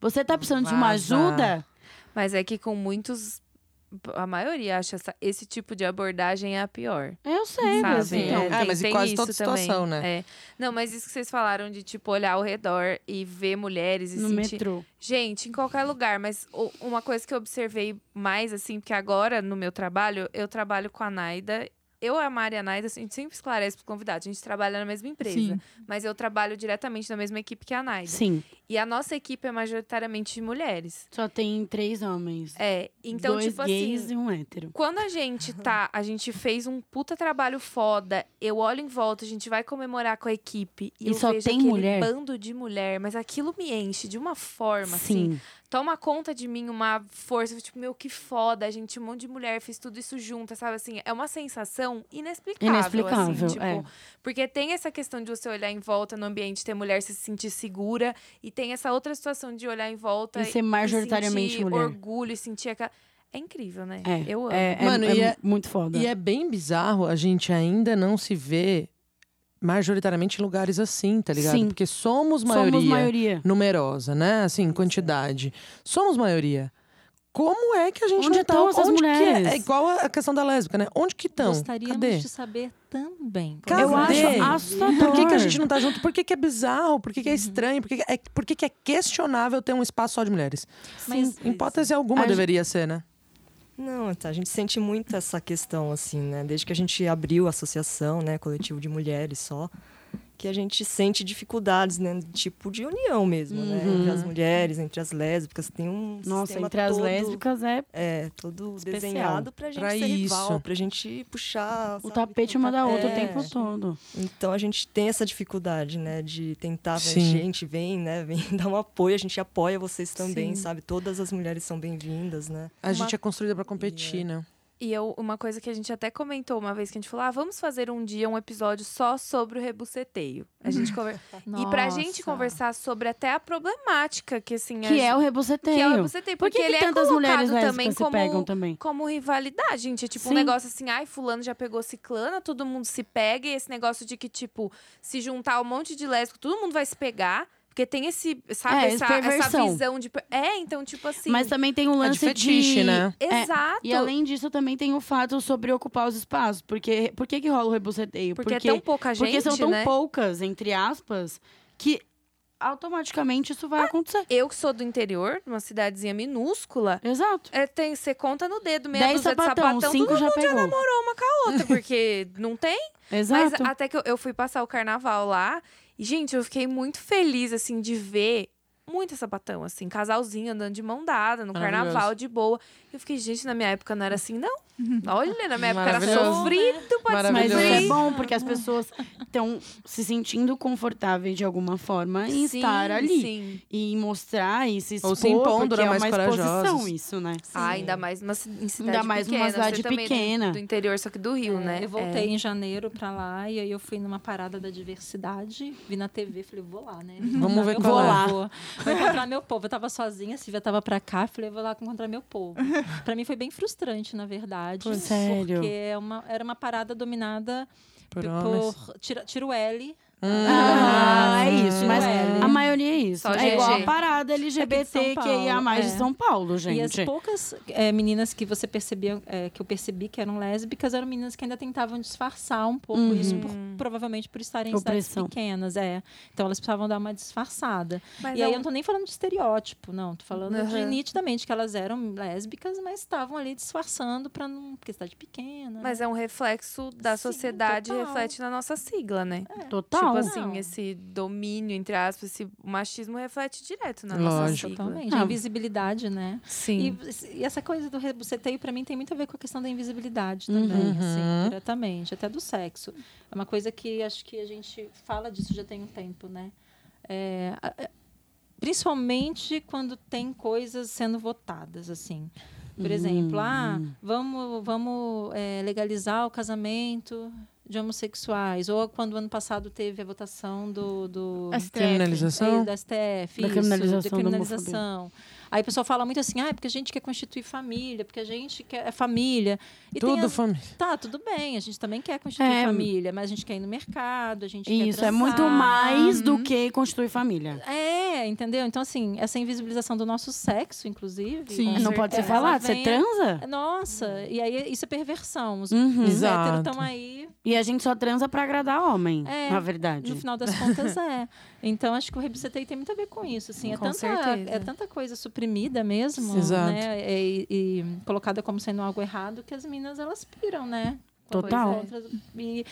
S5: Você tá precisando de uma
S6: Vaza.
S5: ajuda?
S1: Mas é que com muitos. A maioria acha essa- esse tipo de abordagem é a pior.
S5: Eu sei,
S1: sabe?
S5: mas
S6: então.
S1: É,
S6: Ah, mas em quase toda situação,
S1: É. Não, mas isso que vocês falaram de, tipo, olhar ao redor e ver mulheres e
S5: No
S1: sentir...
S5: metrô.
S1: Gente, em qualquer lugar, mas o- uma coisa que eu observei mais, assim, porque agora no meu trabalho, eu trabalho com a Naida. Eu, a Mari e a Naida, assim, a gente sempre esclarece para o convidado. A gente trabalha na mesma empresa,
S4: Sim.
S1: mas eu trabalho diretamente na mesma equipe que a Naida.
S5: Sim.
S1: E a nossa equipe é majoritariamente de mulheres.
S5: Só tem três homens.
S1: É, então,
S5: Dois
S1: tipo
S5: gays
S1: assim.
S5: e um hétero.
S1: Quando a gente tá, a gente fez um puta trabalho foda, eu olho em volta, a gente vai comemorar com a equipe e,
S5: E
S1: eu
S5: só
S1: vejo
S5: tem
S1: aquele
S5: mulher?
S1: bando de mulher, mas aquilo me enche de uma forma, assim.
S5: Sim.
S1: Toma conta de mim uma força, tipo, meu, que foda, a gente, um monte de mulher, fez tudo isso junto, sabe assim? É uma sensação inexplicável,
S5: Inexplicável,
S1: assim, tipo,
S5: é.
S1: porque tem essa questão de você olhar em volta no ambiente, ter mulher se sentir segura, e tem essa outra situação de olhar em volta
S5: E ser majoritariamente
S1: sentir
S5: mulher.
S1: orgulho, e sentir aquela é incrível, né?
S5: É,
S1: Eu amo.
S5: É, é-
S6: Mano,
S5: é
S6: e é-
S5: muito foda.
S6: E é bem bizarro a gente ainda não se vê majoritariamente em lugares assim, tá ligado?
S5: Sim.
S6: Porque somos maioria,
S5: Somos maioria.
S6: numerosa, né? Assim, quantidade. Somos maioria. Como é que a gente
S5: Onde
S6: não tá?
S5: estão essas
S6: onde que
S5: mulheres?
S6: é? é igual a questão da lésbica, né? Onde que estão?
S8: Gostaríamos
S6: Cadê?
S8: de saber também.
S6: Cadê?
S5: Eu
S6: Cadê?
S5: acho assustador.
S6: Por que, que a gente não tá junto? Por que, que é bizarro? Por que, que é estranho? Por, que, que é, por que, que é questionável ter um espaço só de mulheres?
S8: Mas
S6: Em hipótese alguma
S5: A gente-
S6: deveria ser, né?
S7: Não, tá, a gente sente muito essa questão, assim, né? Desde que a gente abriu a associação, né? Coletivo de mulheres só, que a gente sente dificuldades, né? do Tipo de união mesmo, né? Entre as mulheres, entre as lésbicas. Tem um
S5: Uhum. Nossa,
S7: sistema
S5: entre as
S7: todo,
S5: lésbicas é
S7: É, todo
S5: Especial.
S7: desenhado pra gente
S6: Pra
S7: ser
S6: isso.
S7: rival, pra gente puxar,
S5: o
S7: sabe?
S5: tapete
S1: um
S5: uma da outra o
S7: É.
S5: tempo todo.
S7: Então a gente tem essa dificuldade, né, de tentar,
S6: Sim.
S7: gente, vem, né, vem dar um apoio, a gente apoia vocês também, sabe? Todas as mulheres são bem-vindas, né?
S6: A gente é construída pra competir, né?
S1: E eu, uma coisa que a gente até comentou uma vez que a gente falou: ah, vamos fazer um dia um episódio só sobre o rebuceteio. A gente conver... E pra gente conversar sobre até a problemática que assim
S5: Que
S1: a-
S5: é o
S1: que é o
S5: reboceteio.
S1: rebuceteio,
S5: Por
S1: porque
S5: que, que
S1: ele é
S5: tantas
S1: colocado
S5: mulheres lésbicas
S1: também
S5: se
S1: como
S5: pegam também?
S1: como rivalidade, gente. É tipo um
S5: Sim.
S1: negócio assim, ai, fulano já pegou ciclana, todo mundo se pega. E esse negócio de que, tipo, se juntar um monte de lésbico, todo mundo vai se pegar. Porque tem esse, sabe,
S5: É,
S1: essa,
S5: essa
S1: essa
S5: perversão.
S1: visão de... per- É, então, tipo assim...
S5: Mas também tem o
S6: É
S5: Um lance
S6: de fetiche, né?
S5: é,
S1: Exato.
S5: E além disso, também tem o fato sobre ocupar os espaços. Porque por que, que rola o reboceteio?
S1: porque, é tão pouca gente,
S5: porque são tão
S1: né?
S5: poucas, entre aspas, que automaticamente isso
S1: É.
S5: vai acontecer.
S1: Eu que sou do interior, numa cidadezinha minúscula,
S5: Exato.
S1: é, tem, você conta no dedo, meia
S5: Dez
S1: dúzia de
S5: sapatão,
S1: sapatão,
S5: cinco
S1: tudo
S5: já pegou.
S1: outra, porque não tem. Mas
S5: Exato.
S1: até que eu, eu fui passar o carnaval lá. E, gente, eu fiquei muito feliz, assim, de ver muito sapatão, assim, casalzinho andando de mão dada no
S6: Maravilhoso.
S1: carnaval, de boa. Eu fiquei, gente, na minha época não era assim, não. Olha, na minha época era
S6: Maravilhoso.
S1: sofrido pra
S5: Mas isso
S6: Maravilhoso.
S5: é
S1: descobrir.
S5: bom porque as pessoas estão se sentindo confortáveis de alguma forma em estar ali.
S1: Sim.
S5: E em mostrar e se expor,
S6: Ou se impondo,
S5: porque
S6: né,
S5: é
S6: mais
S5: uma exposição
S6: corajosos.
S5: isso, né?
S1: Ah, ainda mais numa, ci- em cidade
S5: mais numa
S1: pequena.
S5: cidade
S1: Você também é do-
S5: pequena. É,
S1: Do interior, só que do Rio, né?
S8: É, Eu voltei em janeiro pra lá e aí eu fui numa parada da diversidade, vi na TV, falei, vou lá, né?
S6: Vamos ver
S8: Eu
S6: qual
S8: vou
S6: é.
S8: lá. Vou, vou encontrar meu povo. Eu tava sozinha, a Silvia tava pra cá, falei, eu vou lá encontrar meu povo. pra mim foi bem frustrante, na verdade.
S5: Pô, sério?
S8: Porque é uma- era uma parada dominada
S6: Por
S8: por.
S6: homens. Hum,
S8: tira, tira o L.
S5: Ah, é isso.
S8: Hum.
S5: Mas
S8: É.
S5: a maioria é isso.
S1: Só
S5: é
S1: GG.
S5: igual a parada
S8: Aqui de
S5: LGBT
S8: São
S5: que ia
S8: Paulo,
S5: mais de
S8: é.
S5: São Paulo,
S8: E as
S5: gente.
S8: poucas eh, meninas que é, você percebia, eh, que eu percebi que eram lésbicas, eram meninas que ainda tentavam disfarçar um pouco isso por provavelmente por estarem em
S5: Opressão.
S8: cidades pequenas. É. Então elas precisavam dar uma disfarçada.
S1: Mas
S8: e
S1: é
S8: aí
S1: um-
S8: eu não tô nem falando de estereótipo, não. Tô falando de
S1: Aham.
S8: nitidamente que elas eram lésbicas, mas estavam ali disfarçando para não. Porque cidade pequena. né?
S1: Mas é um reflexo da
S8: Sim,
S1: sociedade,
S8: total.
S1: reflete na nossa sigla, né?
S5: É. Total.
S1: Tipo
S8: Não.
S1: assim, esse domínio, entre aspas, esse machismo reflete direto na nossa
S6: Lógico.
S1: sigla.
S8: Totalmente.
S5: Não.
S8: A invisibilidade, né? E,
S1: Sim.
S8: e essa coisa do rebuceteio, para mim, tem muito a ver com a questão da invisibilidade também, assim, diretamente, até do sexo. É uma coisa que acho que a gente fala disso já tem um tempo, né? É, a- a- principalmente quando tem coisas sendo votadas, assim. Por exemplo, ah, vamos, vamos é, legalizar o casamento de homossexuais. Ou quando ano passado teve a votação do- do
S6: Criminalização?
S8: é, da STF,
S5: Da
S8: isso,
S5: criminalização
S8: de
S5: da
S8: criminalização. Aí o pessoal fala muito assim, ah, é porque a gente quer constituir família, porque a gente quer é família. E tem
S6: Tudo
S8: as-
S6: família.
S8: Tá, tudo bem, a gente também quer constituir
S5: É.
S8: família, mas a gente quer ir no mercado, a gente quer
S5: Isso, é
S8: transar.
S5: muito mais do que constituir família.
S8: É, entendeu? Então, assim, essa invisibilização do nosso sexo, inclusive...
S4: Sim.
S8: com
S5: Não pode ser
S8: certeza,
S5: falado, você é
S8: vem-
S5: transa?
S8: Nossa, e aí isso é perversão. Os,
S5: Uhum.
S8: os héteros
S6: Exato.
S8: estão aí
S5: E a gente só transa pra agradar homem,
S8: É,
S5: na verdade.
S8: No final das contas, é. Então, acho que o Rebicetei tem muito a ver com isso. Assim. É,
S1: Com
S8: tanta,
S1: certeza.
S8: é tanta coisa suprimida mesmo,
S6: Exato.
S8: né? E, e colocada como sendo algo errado que as meninas elas piram, né? Quando
S5: Total.
S8: encontram- E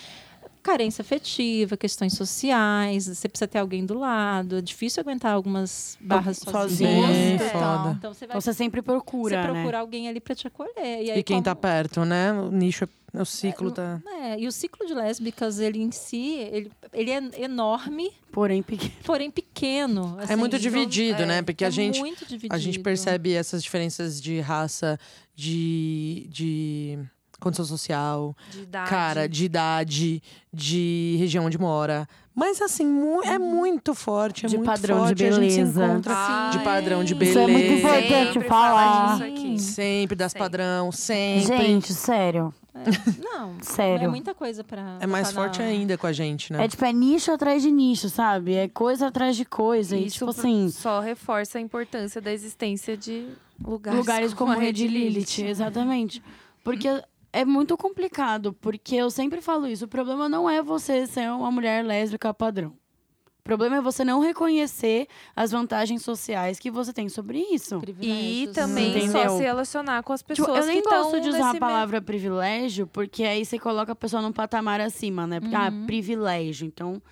S8: carência afetiva, questões sociais, você precisa ter alguém do lado. É difícil aguentar algumas barras
S5: Sozinha.
S8: sozinhas.
S6: Bem
S1: é.
S6: foda.
S8: Então você vai
S5: Então você sempre
S8: você
S5: procura, né?
S8: procurar alguém ali pra te acolher. E, aí,
S6: E quem tá
S8: é, como-
S6: perto, né? O nicho, é- o ciclo tá...
S8: É, e o ciclo de lésbicas, ele em si, ele, ele é enorme
S5: Porém, pequeno.
S8: porém pequeno.
S6: É muito dividido, né? Porque
S8: assim, é
S6: a gente...
S8: muito dividido.
S6: A gente percebe essas diferenças de raça, de, de condição social,
S1: De idade.
S6: cara, de idade, de região onde mora. Mas assim, mu- é muito forte, é
S5: De
S6: muito
S5: padrão de
S6: forte. A gente se
S5: beleza.
S6: encontra
S1: Ah,
S6: de padrão de
S8: Isso
S6: beleza.
S5: é muito importante.
S1: Sempre
S5: falar.
S1: falar disso aqui.
S6: Sempre das
S1: Sei.
S6: padrão, sempre.
S5: Gente, sério.
S8: Não, é
S5: Sério.
S8: muita coisa pra.
S6: é mais
S8: botar na-
S6: forte ainda com a gente, né?
S5: É tipo, é nicho atrás de nicho, sabe? É coisa atrás de coisa. e
S1: Isso
S5: tipo assim,
S1: só reforça a importância da existência de lugares,
S5: lugares como a Rede Lilith.
S1: Lilith.
S5: Exatamente. Porque é muito complicado, porque eu sempre falo isso. O problema não é você ser uma mulher lésbica padrão. O problema é você não reconhecer as vantagens sociais que você tem sobre isso.
S1: E
S8: privilégios,
S1: também
S8: né?
S5: Entendeu?
S1: só se relacionar com as pessoas
S5: Tipo, eu nem
S1: que estão
S5: gosto de
S1: nesse
S5: usar a
S1: meio.
S5: palavra privilégio, porque aí você coloca a pessoa num patamar acima, né? Porque, Ah, privilégio. Então.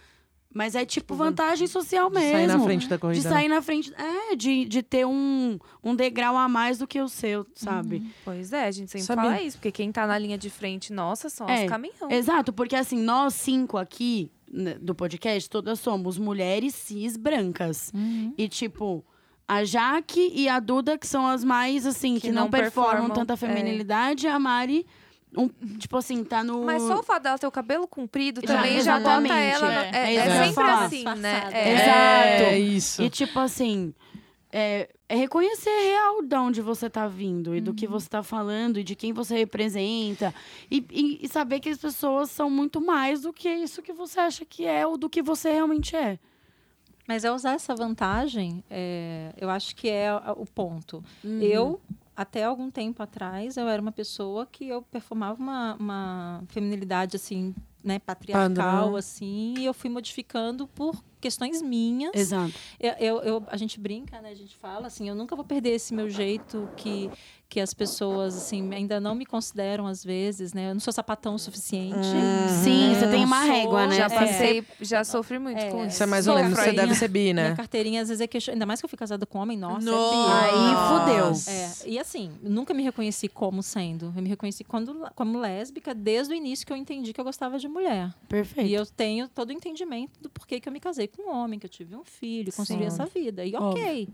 S5: Mas é tipo vantagem social
S6: de
S5: mesmo.
S6: sair na frente da
S5: De
S6: corrida. né?
S5: sair na frente. É, de, de ter um, um degrau a mais do que o seu, sabe?
S1: Pois é, a gente sempre
S6: Sabia.
S1: fala isso, porque quem tá na linha de frente, nossa, são
S5: É,
S1: os caminhão.
S5: Exato, porque assim, nós cinco aqui né, do podcast, todas somos mulheres cis brancas. E tipo, a Jaque e a Duda, que são as mais, assim, que, não,
S1: não
S5: performam,
S1: performam,
S5: tanta
S1: é.
S5: feminilidade, e a Mari, um, tipo assim, tá no.
S1: Mas só o fato dela ter o cabelo comprido
S5: Já,
S1: também já bota
S5: exatamente,
S1: ela.
S4: é.
S1: É,
S5: É
S1: é
S5: isso que eu ia
S1: sempre
S5: falar.
S1: assim, né?
S8: Disfarçada.
S1: É.
S5: Exato.
S6: É isso.
S5: E tipo assim, é, é reconhecer real de onde você tá vindo e do que você tá falando e de quem você representa. E, e- e saber que as pessoas são muito mais do que isso que você acha que é ou do que você realmente é.
S8: Mas é usar essa vantagem, é, eu acho que é a- o ponto.
S1: Uhum.
S6: Uhum.
S8: Eu, até algum tempo atrás, eu era uma pessoa que eu performava uma, uma feminilidade, assim, né, patriarcal,
S6: Padrão.
S8: assim, e eu fui modificando por questões minhas.
S5: Exato.
S8: Eu, eu- eu- a gente brinca, né? A gente fala assim, eu nunca vou perder esse meu jeito que, que as pessoas, assim, ainda não me consideram às vezes, né? Eu não sou sapatão o suficiente.
S5: Hum, Sim, você tem uma
S8: Sou,
S5: régua, né?
S1: Já
S5: Você-
S1: passei, já sofri muito
S8: É.
S1: com isso.
S6: Isso é mais ou
S8: Sou
S6: menos. Você
S8: Freudinha.
S6: deve ser bi,
S8: Minha
S6: né?
S8: carteirinha, às vezes, é questionada. Ainda mais que eu fui casada com homem, nossa, é bi.
S6: Nossa.
S5: Aí fudeu.
S8: É, e assim, nunca me reconheci como sendo. Eu me reconheci quando, como lésbica desde o início que eu entendi que eu gostava de mulher.
S5: Perfeito.
S8: E eu tenho todo o entendimento do porquê que eu me casei com um homem, que eu tive um filho, construí
S6: Sim.
S8: essa vida. E ok,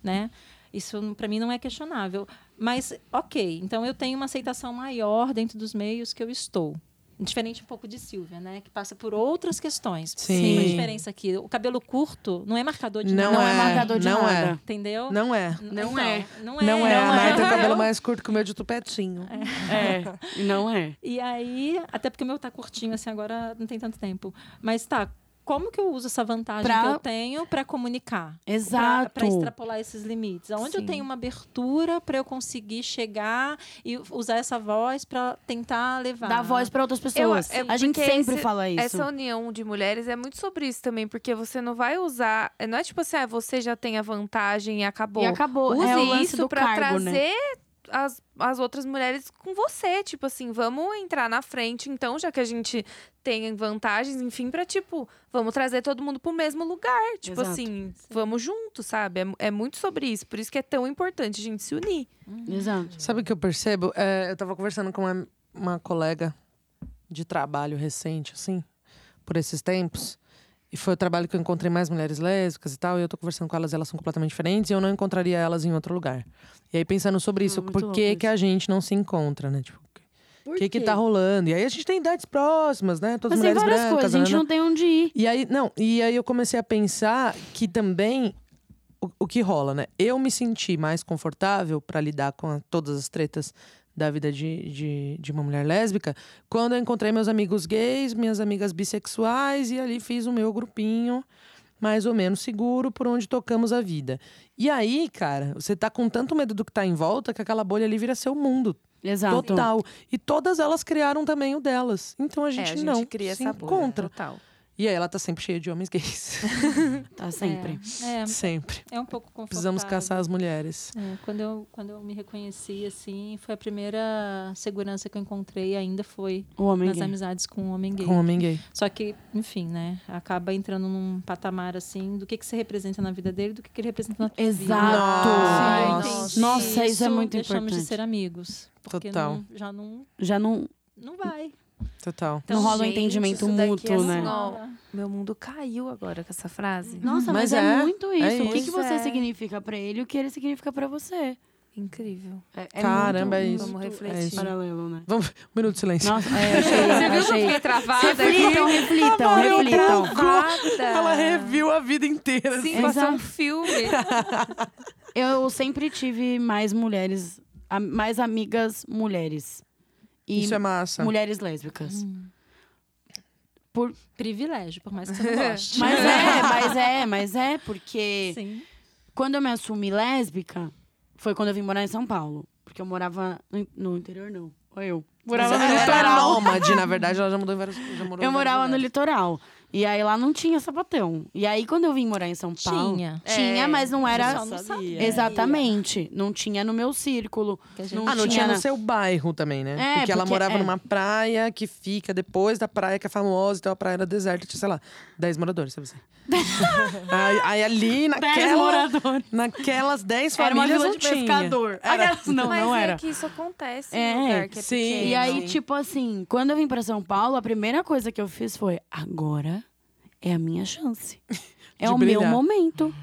S8: né? Isso para mim não é questionável. Mas ok, então eu tenho uma aceitação maior dentro dos meios que eu estou. Diferente um pouco de Silvia, né? Que passa por outras questões.
S6: Sim.
S8: Tem uma diferença aqui. O cabelo curto não é marcador de
S6: Não,
S8: nada,
S6: é,
S5: marcador de
S6: não
S5: nada.
S6: é.
S8: Entendeu?
S6: Não é.
S5: Não
S8: Então,
S5: é.
S8: Não é.
S6: Não é. A Mari tem o
S8: Entendeu?
S6: cabelo mais curto que o meu de tupetinho.
S5: É, não é.
S8: E aí, até porque o meu tá curtinho, assim, agora não tem tanto tempo. Mas tá, como que eu uso essa vantagem
S5: Pra-
S8: que eu tenho para comunicar?
S5: Exato.
S8: Para extrapolar esses limites. Onde eu
S1: Sim.
S8: tenho uma abertura para eu conseguir chegar e usar essa voz para tentar levar.
S5: Dar voz pra outras pessoas.
S1: Eu- é
S5: a gente
S1: porque
S5: sempre
S1: esse-
S5: fala isso.
S1: Essa é união de mulheres é muito sobre isso também, porque você não vai usar. Não é tipo assim, ah, você já tem a vantagem e acabou.
S5: E acabou.
S1: Use
S5: é o lance
S1: isso
S5: do
S1: pra
S5: cargo,
S1: trazer
S5: né?
S1: as, as outras mulheres com você. Tipo assim, vamos entrar na frente, então, já que a gente tem vantagens, enfim, pra tipo, vamos trazer todo mundo pro mesmo lugar. Tipo
S5: Exato.
S1: assim, vamos junto, sabe? É, é muito sobre isso. Por isso que é tão importante a gente se unir.
S5: Exato.
S6: Sabe o que eu percebo? É, eu tava conversando com uma, uma colega de trabalho recente, assim, por esses tempos. E foi o trabalho que eu encontrei mais mulheres lésbicas e tal. E eu tô conversando com elas, elas são completamente diferentes. E eu não encontraria elas em outro lugar. E aí, pensando sobre isso,
S5: Ah, muito
S6: por
S5: louco
S6: que,
S5: isso.
S6: que a gente não se encontra, né? Tipo, o que que tá rolando? E aí, a gente tem idades próximas, né? Todas
S5: Mas tem
S6: mulheres
S5: Assim, várias
S6: brancas.
S5: coisas, a gente
S6: né?
S5: não tem onde ir.
S6: E aí, não, e aí eu comecei a pensar que também o, o que rola, né? Eu me senti mais confortável para lidar com a- todas as tretas da vida de, de, de uma mulher lésbica quando eu encontrei meus amigos gays, minhas amigas bissexuais e ali fiz o meu grupinho mais ou menos seguro por onde tocamos a vida. E aí, cara, você tá com tanto medo do que tá em volta que aquela bolha ali vira seu mundo
S5: Exato.
S6: total. E todas elas criaram também o delas. Então a
S1: É,
S6: gente, não se
S1: bolha,
S6: encontra.
S1: Total.
S6: E aí ela tá sempre cheia de homens gays.
S5: Tá sempre.
S8: É,
S6: sempre.
S8: é um pouco confortável.
S6: Precisamos caçar as mulheres.
S8: É, quando, eu, quando eu me reconheci, assim, foi a primeira segurança que eu encontrei ainda foi
S5: O homem
S8: nas
S5: gay.
S8: amizades com um homem gay.
S6: Com homem gay.
S8: Só que, enfim, né? Acaba entrando num patamar assim do que, que você representa na vida dele, do que, que ele representa na tua
S5: Exato.
S8: vida.
S6: Nossa.
S8: Entendi.
S5: Nossa, isso é muito
S8: Deixamos de
S5: importante.
S8: ser amigos. Porque
S6: Total.
S8: não- já não,
S5: Já não.
S8: não vai.
S6: Total.
S5: Não rola um entendimento
S1: Então, isso daqui
S5: mútuo,
S1: é
S5: né?
S1: assim, ó, Meu mundo caiu agora com essa frase.
S5: Nossa,
S6: Mas
S5: mas, é,
S6: é,
S5: muito isso.
S6: é
S5: O que,
S1: isso.
S5: que você
S1: É.
S5: significa pra ele e o que ele significa pra você.
S1: Incrível.
S5: É,
S6: Caramba, é isso.
S1: Vamos
S6: É
S1: refletir.
S6: isso.
S5: Paralelo, né?
S6: Vamos, um minuto de silêncio.
S5: Nossa, é, achei,
S1: Você viu que eu
S5: achei.
S1: fiquei travada
S5: Reflitam,
S1: aqui?
S5: reflitam, reflitam.
S1: Travada.
S6: Ela reviu a vida inteira.
S1: Sim,
S5: assim.
S1: passou um
S5: Exato.
S1: filme.
S5: Eu sempre tive mais mulheres, a- mais amigas mulheres. E
S6: Isso é massa.
S5: mulheres lésbicas.
S8: Privilégio, por mais que você não goste.
S5: Mas é, mas é, mas é, porque
S8: Sim.
S5: quando eu me assumi lésbica, foi quando eu vim morar em São Paulo. Porque eu morava no, no interior, não. Ou eu. Morava
S6: Ela
S5: no
S6: era
S5: litoral.
S6: nômade, na né? verdade, ela já mudou em vários já morou
S5: é Eu
S6: em vários
S5: morava no
S6: lugares.
S5: litoral. E aí lá não tinha sapatão. E aí quando eu vim morar em São Paulo.
S8: Tinha.
S6: É.
S5: Tinha, mas não era.
S8: Só não sabia.
S5: Exatamente. Não tinha no meu círculo.
S8: Que a gente-
S5: Não,
S6: Ah, não
S5: tinha
S6: tinha
S5: na-
S6: no seu bairro também, né?
S5: É,
S6: porque ela
S5: porque-
S6: morava
S5: é.
S6: numa praia que fica depois da praia que é famosa, então a praia era deserta, tinha, sei lá, 10 moradores, sabe assim? aí, aí ali
S5: Dez
S6: naquela,
S5: moradores.
S6: naquelas 10
S5: Era uma
S6: famílias
S5: vila
S6: não
S5: de
S6: tinha.
S5: pescador. Aquelas- Não,
S1: Mas
S5: não
S1: é
S5: era.
S1: que isso acontece
S5: É,
S1: no lugar que é
S6: sim.
S1: pequeno.
S5: E aí,
S6: Sim.
S5: tipo assim, quando eu vim pra São Paulo, a primeira coisa que eu fiz foi: agora é a minha chance. É
S6: De
S5: o
S6: brilhar.
S5: meu momento.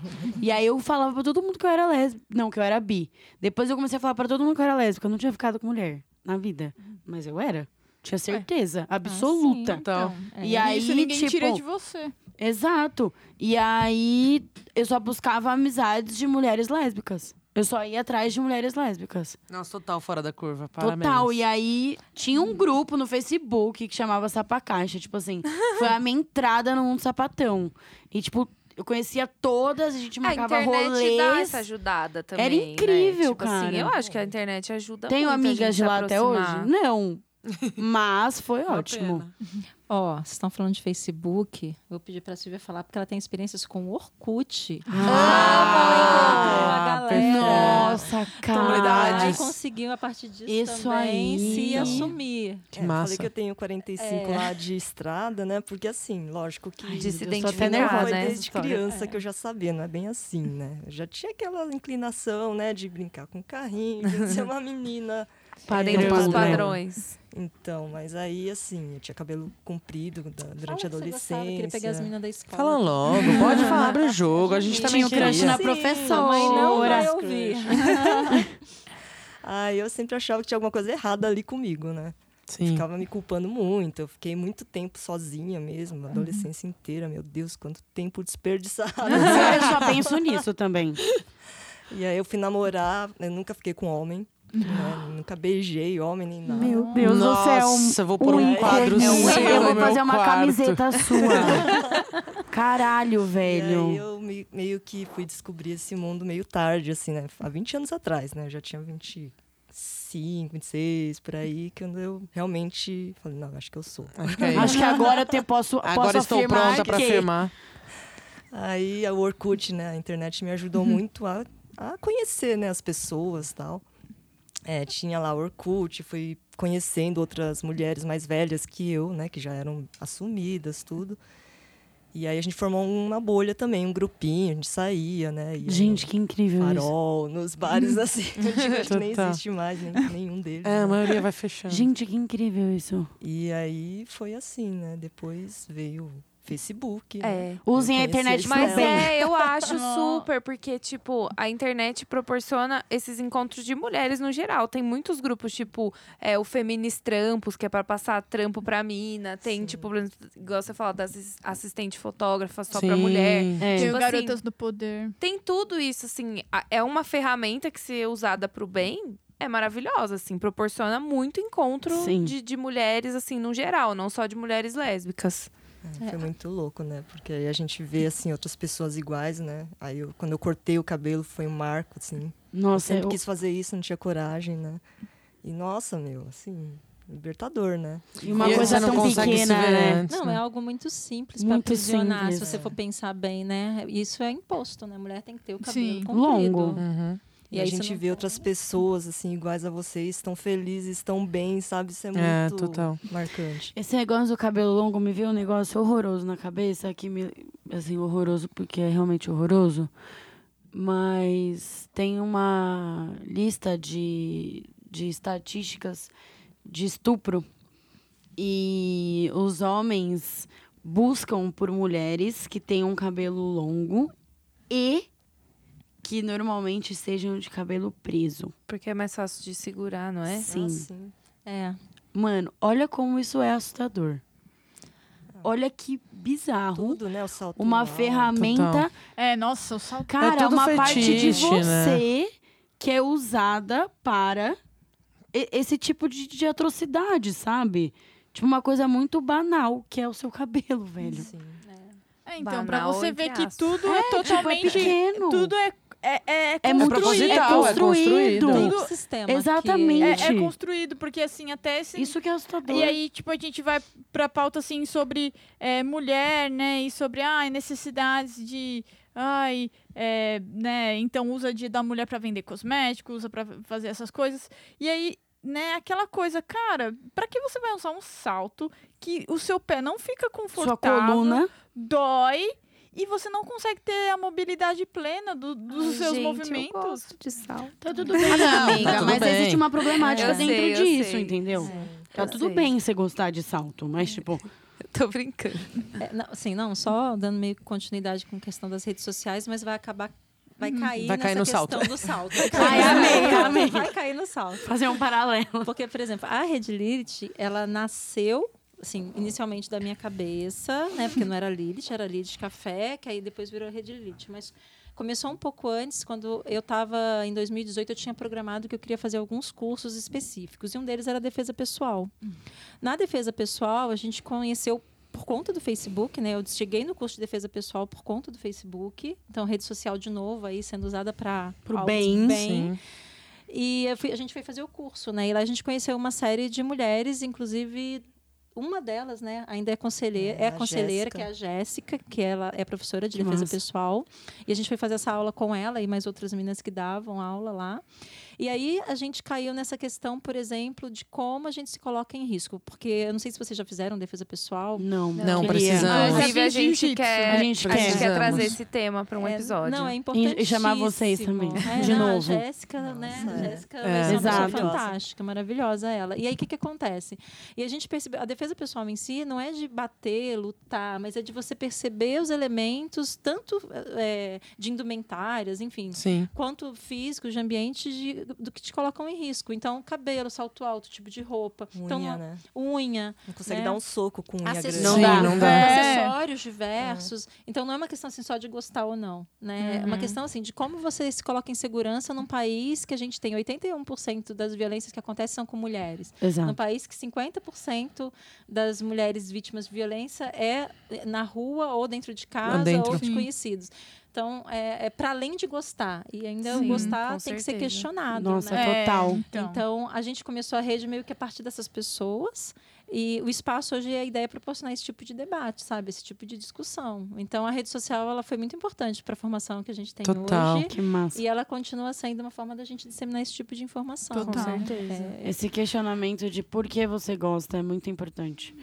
S5: E aí eu falava pra todo mundo que eu era lésbica. Não, que eu era bi. Depois eu comecei a falar pra todo mundo que eu era lésbica. Eu não tinha ficado com mulher na vida. Mas eu era. Tinha certeza. Absoluta.
S6: Ah, Então,
S5: E aí,
S4: Isso ninguém
S5: tipo,
S4: tira de você.
S5: Exato. E aí eu só buscava amizades de mulheres lésbicas. Eu só ia atrás de mulheres lésbicas.
S6: Nossa, total fora da curva. Parabéns.
S5: Total. E aí tinha um grupo no Facebook que chamava Sapacaixa. Tipo assim, foi a minha entrada no mundo sapatão. E tipo, eu conhecia todas, a gente
S1: A
S5: marcava
S1: internet
S5: rolês.
S1: dá essa ajudada também. né?
S5: incrível,
S1: tipo Assim,
S5: cara.
S1: eu acho que a internet ajuda
S5: Tenho
S1: muito a
S5: amigas
S1: gente
S5: de lá
S1: se
S5: até hoje?
S1: aproximar.
S5: Não. Mas foi
S6: Uma
S5: ótimo.
S6: pena.
S8: Ó, vocês estão falando de Facebook. Vou pedir pra Silvia falar, porque ela tem experiências com Orkut.
S5: Ah,
S8: Ah, encontrou a galera.
S5: Nossa, cara.
S6: Comunidades.
S8: Aí conseguiu, a partir disso
S5: Isso
S8: também,
S5: aí.
S8: se
S5: Então.
S8: assumir.
S6: Que
S7: É, eu
S6: massa.
S7: Falei que eu tenho 45
S5: É.
S7: lá de estrada, né? Porque assim, lógico que.
S1: De se
S5: Meu Deus, tô até
S1: identificar,
S7: Não
S5: nervosa
S7: foi
S1: né?
S7: desde criança que eu já sabia, não é bem assim, né? Eu já tinha aquela inclinação, né, de brincar com carrinho, de ser uma menina.
S1: Tá
S5: Padrão,
S1: Dentro dos
S5: né?
S1: padrões.
S7: Então, mas aí, assim, eu tinha cabelo comprido da- durante a
S8: Fala que você gostava,
S7: adolescência.
S8: queria pegar as meninas da escola.
S6: Fala logo, pode falar, abre o jogo. A gente também
S5: Tinha o crush
S6: queria.
S5: na
S7: Sim,
S5: professora.
S8: Mamãe não vai
S7: Ora.
S8: ouvir.
S7: Aí eu sempre achava que tinha alguma coisa errada ali comigo, né?
S6: Sim.
S7: Ficava me culpando muito. Eu fiquei muito tempo sozinha
S5: Uhum.
S7: mesmo, a adolescência inteira. Meu Deus, quanto tempo desperdiçado.
S5: Eu só penso nisso também.
S7: E aí eu fui namorar, eu nunca fiquei com homem, né? nunca beijei homem nem nada.
S5: Uhum. Meu Deus,
S6: Nossa,
S5: você é um.
S6: vou pôr um,
S5: ícone.
S6: quadro
S5: É um
S6: seu
S5: ícone. Eu
S6: no
S5: vou
S6: meu
S5: fazer uma
S6: quarto.
S5: camiseta sua. Caralho,
S7: E aí
S5: velho.
S7: eu me- meio que fui descobrir esse mundo meio tarde, assim, né? Há 20 anos atrás, né? Eu já tinha 25, 26, por aí, quando eu realmente falei, não, acho que eu sou.
S6: Acho que é isso.
S5: Acho que agora eu te posso, posso
S6: Agora estou
S5: afirmar
S6: pronta pra
S5: que...
S6: afirmar.
S7: Aí a Orkut, né? A internet me ajudou muito a, a conhecer, né? As pessoas tal. É, tinha lá o Orkut, fui conhecendo outras mulheres mais velhas que eu, né? Que já eram assumidas, tudo. E aí a gente formou uma bolha também, um grupinho, a gente saía, né? ia
S5: Gente, que incrível
S7: no
S5: isso.
S7: farol, nos bares assim, antigamente nem
S6: Total.
S7: existe mais nem- nenhum deles.
S6: É,
S7: né?
S6: a maioria vai fechando.
S5: Gente, que incrível isso.
S7: E aí foi assim, né? Depois veio o Facebook. né?
S1: É.
S5: Usem
S7: Eu
S5: a
S7: conheci
S5: internet pro
S7: esse
S1: Mas
S7: Não.
S5: bem.
S1: é, eu acho super, porque, tipo, a internet proporciona esses encontros de mulheres no geral. Tem muitos grupos, tipo, é, o Feminis Trampos, que é pra passar trampo pra mina. Tem, tipo, por exemplo, igual você fala, das assis- assistente fotógrafa só pra
S6: Sim.
S1: mulher.
S5: É.
S4: Tem o
S1: Tipo assim,
S4: Garotas do Poder.
S1: Tem tudo isso, assim. a- É uma ferramenta que, se é usada pro bem, é maravilhosa, assim. Proporciona muito encontro
S5: Sim.
S1: de, de mulheres, assim, no geral, não só de mulheres lésbicas.
S7: É, Foi muito louco, né? Porque aí a gente vê, assim, outras pessoas iguais, né? Aí, eu- quando eu cortei o cabelo, foi um marco, assim. Eu
S5: Nossa,
S7: sempre
S5: eu...
S7: quis fazer isso, não tinha coragem, né? E, nossa, meu, assim, libertador, né?
S5: e uma
S6: E aí você
S5: coisa
S6: não
S5: tão
S6: consegue se
S5: pequena,
S6: ver
S5: né?
S6: antes,
S8: Não,
S6: né?
S8: é algo muito simples para
S5: Muito
S8: aprisionar,
S5: simples.
S8: se você for pensar bem, né? Isso é imposto, né? A mulher tem que ter o cabelo
S4: Sim.
S8: comprido.
S5: Longo.
S6: Uhum.
S7: E, a
S8: aí você
S7: gente
S8: não-
S7: vê outras pessoas, assim, iguais a vocês, estão felizes, estão bem, sabe? Isso é
S6: É,
S7: muito
S6: total.
S7: marcante.
S5: Esse negócio do cabelo longo me veio um negócio horroroso na cabeça, que me. Assim, horroroso, porque é realmente horroroso. Mas tem uma lista de, de estatísticas de estupro. E os homens buscam por mulheres que tenham cabelo longo e que normalmente sejam de cabelo preso.
S1: Porque é mais fácil de segurar, não é?
S5: Sim.
S7: Ah, sim.
S8: É.
S5: Mano, olha como isso é assustador. Olha que bizarro.
S7: Tudo, né? O salto
S5: Uhum. Uma
S7: alto.
S5: ferramenta.
S6: Total.
S4: É, nossa, o salto.
S5: Cara,
S6: tudo
S5: uma parte de
S6: fetiche, né?
S5: você que é usada para e- esse tipo de, de atrocidade, sabe? Tipo, uma coisa muito banal, que é o seu cabelo, velho.
S7: Sim.
S4: É, então, pra
S1: Banal,
S4: você
S1: entre
S4: ver que
S1: aspas.
S4: tudo é,
S5: Tipo, é
S4: totalmente.
S5: pequeno.
S4: tudo é, é, é,
S5: é muito
S4: construído.
S5: é
S6: proposital, é
S5: construído.
S6: construído.
S8: Tem
S4: Tudo-
S8: um sistema.
S5: Exatamente.
S8: que-
S4: É,
S5: gente.
S4: é construído, porque assim, até esse.
S5: Isso que é assustador.
S4: E aí, tipo, a gente vai pra pauta, assim, sobre é, mulher, né? E sobre, ai, necessidades de... Ai, é, né? Então, usa de, da mulher pra vender cosméticos, usa pra fazer essas coisas. E aí, né? Aquela coisa, cara, pra que você vai usar um salto que o seu pé não fica
S5: Sua
S4: confortável?
S5: coluna.
S4: Dói. E você não consegue ter a mobilidade plena do- dos
S1: Ai,
S4: seus
S1: gente, Eu
S4: movimentos.
S1: gosto de salto.
S5: Tá tudo bem, amiga.
S6: tudo
S5: mas
S6: bem.
S5: existe uma problemática
S1: Eu
S5: dentro
S1: sei, eu
S5: disso,
S1: sei.
S5: entendeu? Tá
S8: É.
S1: eu
S5: tudo
S1: sei.
S5: bem você gostar de salto, mas, tipo,
S1: Tô brincando.
S8: É, não, assim, não, só dando meio que continuidade com a questão das redes sociais, mas vai acabar. Vai cair,
S6: Vai cair
S8: nessa
S6: no
S8: questão
S6: salto.
S8: do salto.
S5: Ai, amei, amei.
S8: Vai cair no salto.
S5: fazer um paralelo.
S8: Porque, por exemplo, a Red Lilith, ela nasceu, assim, inicialmente da minha cabeça, né? Porque não era Lilith, era Lilith Café, que aí depois virou Red Lilith. Mas começou um pouco antes, quando eu estava, em 2018, eu tinha programado que eu queria fazer alguns cursos específicos. E um deles era defesa pessoal. Na defesa pessoal, a gente conheceu por conta do Facebook, né? Eu cheguei no curso de defesa pessoal por conta do Facebook. Então, rede social, de novo, aí sendo usada para
S5: Pro bem,
S8: bem. E eu fui- a gente foi fazer o curso, né? E lá a gente conheceu uma série de mulheres, inclusive uma delas, né, ainda é conselheira,
S7: É,
S8: é,
S7: a
S8: conselheira,
S7: Jéssica.
S8: que é a Jéssica, que ela é professora de
S5: Que
S8: defesa
S5: massa.
S8: pessoal. E a gente foi fazer essa aula com ela e mais outras meninas que davam aula lá. E aí a gente caiu nessa questão, por exemplo, de como a gente se coloca em risco, porque eu não sei se vocês já fizeram defesa pessoal.
S5: Não,
S6: Não,
S5: queria.
S6: precisamos.
S4: Mas
S1: Inclusive, a gente quer,
S5: A gente
S1: a gente
S6: quer.
S1: quer trazer esse tema pra um
S8: É,
S1: episódio.
S8: Não, é importante.
S5: E- e chamar vocês também, de novo.
S8: A Jéssica, né?
S7: Nossa,
S8: A
S7: é.
S8: Jéssica
S6: É.
S8: é. vai ser uma pessoa
S5: Exato.
S8: fantástica, maravilhosa ela. E aí, o que, que acontece? E a gente percebeu, a defesa pessoal em si não é de bater, lutar, mas é de você perceber os elementos, tanto é, de indumentárias, enfim,
S6: Sim.
S8: quanto físicos, de ambiente, de- do que te colocam em risco. Então, cabelo, salto alto, tipo de roupa,
S7: Unha,
S8: então,
S7: né?
S8: unha
S7: Não consegue
S8: né?
S7: dar um soco com unha grande.
S8: acessórios,
S6: Não dá, É. não dá.
S8: acessórios, repertórios diversos. Então não é uma questão assim só de gostar ou não, né? É uma questão assim de como você se coloca em segurança num país que a gente tem 81% das violências que acontecem são com mulheres. Num
S5: Exato.
S8: país que 50% das mulheres vítimas de violência é na rua ou dentro de casa
S6: dentro.
S8: ou
S4: Sim.
S8: de conhecidos. Então, é, é para além de gostar. E ainda
S1: Sim,
S8: gostar
S1: com
S8: tem que ser
S1: certeza.
S8: questionado.
S5: Nossa,
S8: né?
S4: É,
S5: total.
S4: Então,
S8: Então, a gente começou a rede meio que a partir dessas pessoas. E o espaço hoje, a ideia é proporcionar esse tipo de debate, sabe? Esse tipo de discussão. Então, a rede social ela foi muito importante para a formação que a gente tem
S6: Total.
S8: hoje.
S5: Que massa.
S8: E ela continua sendo uma forma da gente disseminar esse tipo de informação.
S4: Total. Com
S8: É,
S5: Esse questionamento de por que você gosta é muito importante.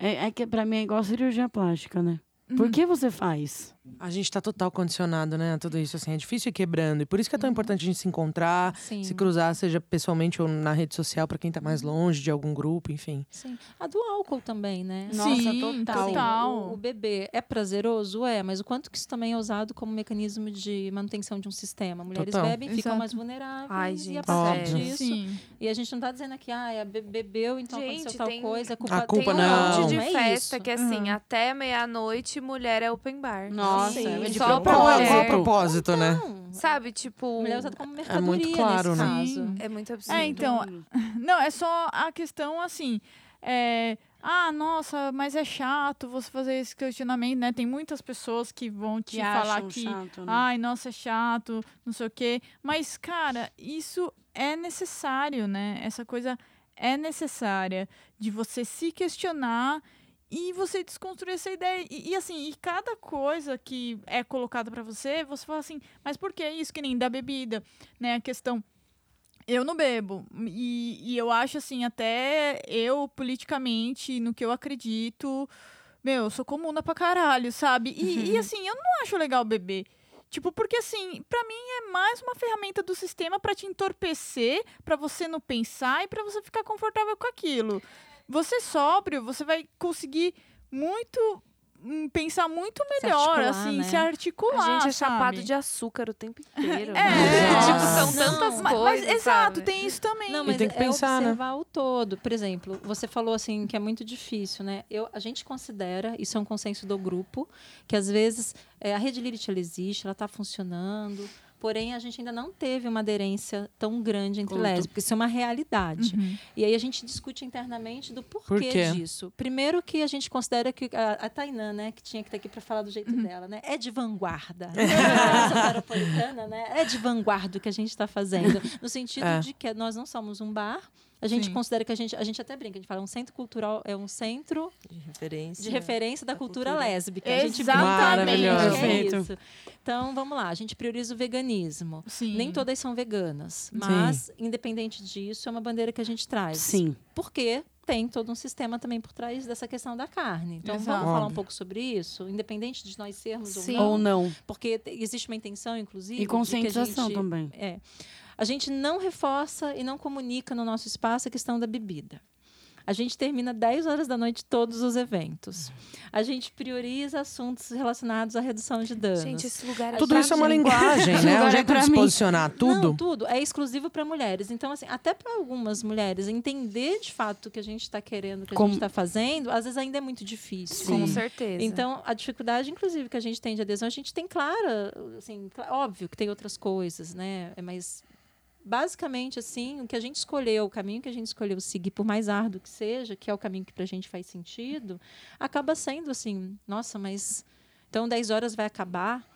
S8: é.
S5: É, é que pra mim é igual cirurgia plástica, né? Por que você faz?
S6: A gente tá total condicionado, né? a Tudo isso, assim, é difícil ir quebrando. E por isso que é tão importante a gente se encontrar,
S8: Sim.
S6: se cruzar, seja pessoalmente ou na rede social, pra quem tá mais longe de algum grupo, enfim.
S8: Sim. A do álcool também, né?
S5: Nossa,
S4: Sim,
S5: total.
S8: O,
S4: total.
S8: o beber é prazeroso? É, mas o quanto que isso também é usado como mecanismo de manutenção de um sistema? Mulheres
S6: Total.
S8: bebem, ficam
S4: Exato.
S8: mais vulneráveis.
S1: Ai,
S8: e a
S1: gente,
S8: partir
S6: sério.
S8: disso.
S4: Sim.
S8: E a gente não tá dizendo aqui, ah, é be- bebeu, então aconteceu
S1: Gente,
S8: tal
S1: tem-
S8: coisa. é Culpa,
S6: A culpa
S1: Tem um
S6: não.
S1: monte de
S8: é isso.
S1: festa que é assim,
S4: Uhum.
S1: até meia-noite, mulher é open bar.
S5: Nossa,
S8: Sim.
S5: é de
S1: Só
S5: propósito.
S1: pra
S6: Qual é,
S1: mulher.
S6: qual é o propósito, né?
S8: Não,
S1: Sabe, tipo,
S8: mulher é usada como
S6: É
S8: mercadoria
S6: muito claro,
S8: nesse
S6: né?
S8: caso.
S4: Sim.
S1: é muito absurdo.
S4: É, então, Não, é só a questão assim. é, ah, nossa, mas é chato você fazer esse questionamento, né? Tem muitas pessoas que vão te
S5: Que
S4: falar
S5: acham
S4: que.
S5: chato, né?
S4: Ai, nossa, é chato, não sei o quê. Mas, cara, isso é necessário, né? Essa coisa é necessária de você se questionar e você desconstruir essa ideia. E, e, assim, e cada coisa que é colocada pra você, você fala assim, mas por que isso? Que nem da bebida, né? A questão. Eu não bebo. E, e eu acho assim, até eu, politicamente, no que eu acredito, meu, eu sou comuna pra caralho, sabe? E, e
S1: Uhum.
S4: assim, eu não acho legal beber. Tipo, porque assim, pra mim é mais uma ferramenta do sistema pra te entorpecer, pra você não pensar e pra você ficar confortável com aquilo. Você sóbrio, você vai conseguir muito hum, pensar muito melhor,
S8: articular,
S4: assim,
S8: né?
S4: se articular,
S1: a gente é
S4: sabe?
S1: chapado de açúcar o tempo inteiro.
S4: É.
S1: tipo, são
S8: Nossa.
S1: tantas
S4: Mas, mas
S1: coisas.
S4: exato,
S1: sabe?
S4: tem isso também.
S8: Não, mas
S6: tem que
S8: é
S6: pensar, né?
S8: observar o todo. Por exemplo, você falou assim que é muito difícil, né? Eu, a gente considera, isso é um consenso do grupo, que às vezes é, a rede Lilith ela existe, ela está funcionando, porém a gente ainda não teve uma aderência tão grande entre
S5: Conto.
S8: lésbicas. Isso é uma realidade. E aí a gente discute internamente do porquê
S6: Por quê?
S8: disso. Primeiro que a gente considera que a, a Tainã, né, que tinha que estar aqui para falar do jeito dela, né, é de vanguarda. Né? Essa paropolitana, né, é de vanguarda o que a gente está fazendo. No sentido
S6: É.
S8: de que nós não somos um bar, a gente
S4: Sim.
S8: considera que a gente, a gente até brinca, a gente fala um centro cultural é um centro
S7: de referência.
S8: de referência da cultura,
S7: cultura.
S8: lésbica. A gente brinca
S4: Exatamente.
S6: Maravilhoso.
S8: que é
S5: Perfeito.
S8: isso. Então, vamos lá, a gente prioriza o veganismo.
S4: Sim.
S8: Nem todas são veganas, mas independente disso, é uma bandeira que a gente traz
S5: Sim.
S8: porque tem todo um sistema também por trás dessa questão da carne. Então,
S4: Exato.
S8: vamos falar um
S6: Óbvio.
S8: pouco sobre isso, independente de nós sermos
S1: Sim.
S8: ou
S5: Ou
S8: não,
S5: não.
S8: porque te- existe uma intenção, inclusive,
S5: E conscientização
S8: de que a gente,
S5: também.
S8: É, a gente não reforça e não comunica no nosso espaço a questão da bebida. A gente termina 10 horas da noite todos os eventos. A gente prioriza assuntos relacionados à redução de danos.
S1: Gente, esse lugar é
S6: Tudo
S1: pra
S6: isso é uma
S1: mim.
S6: linguagem, né?
S5: Lugar
S6: Um
S5: é
S6: jeito
S5: pra
S6: de se
S5: mim.
S6: posicionar.
S8: Não,
S6: Tudo.
S8: tudo. É exclusivo para mulheres. Então, assim, até para algumas mulheres entender de fato o que a gente está querendo, o que a
S5: Como-
S8: gente está fazendo, às vezes ainda é muito difícil.
S1: Com
S5: Sim.
S1: certeza.
S8: Então, a dificuldade, inclusive, que a gente tem de adesão, a gente tem clara, assim, cla- óbvio que tem outras coisas, né? É, Mas, basicamente, assim, o que a gente escolheu, o caminho que a gente escolheu seguir, por mais árduo que seja, que é o caminho que pra gente faz sentido, acaba sendo assim, nossa, mas então 10 horas vai acabar,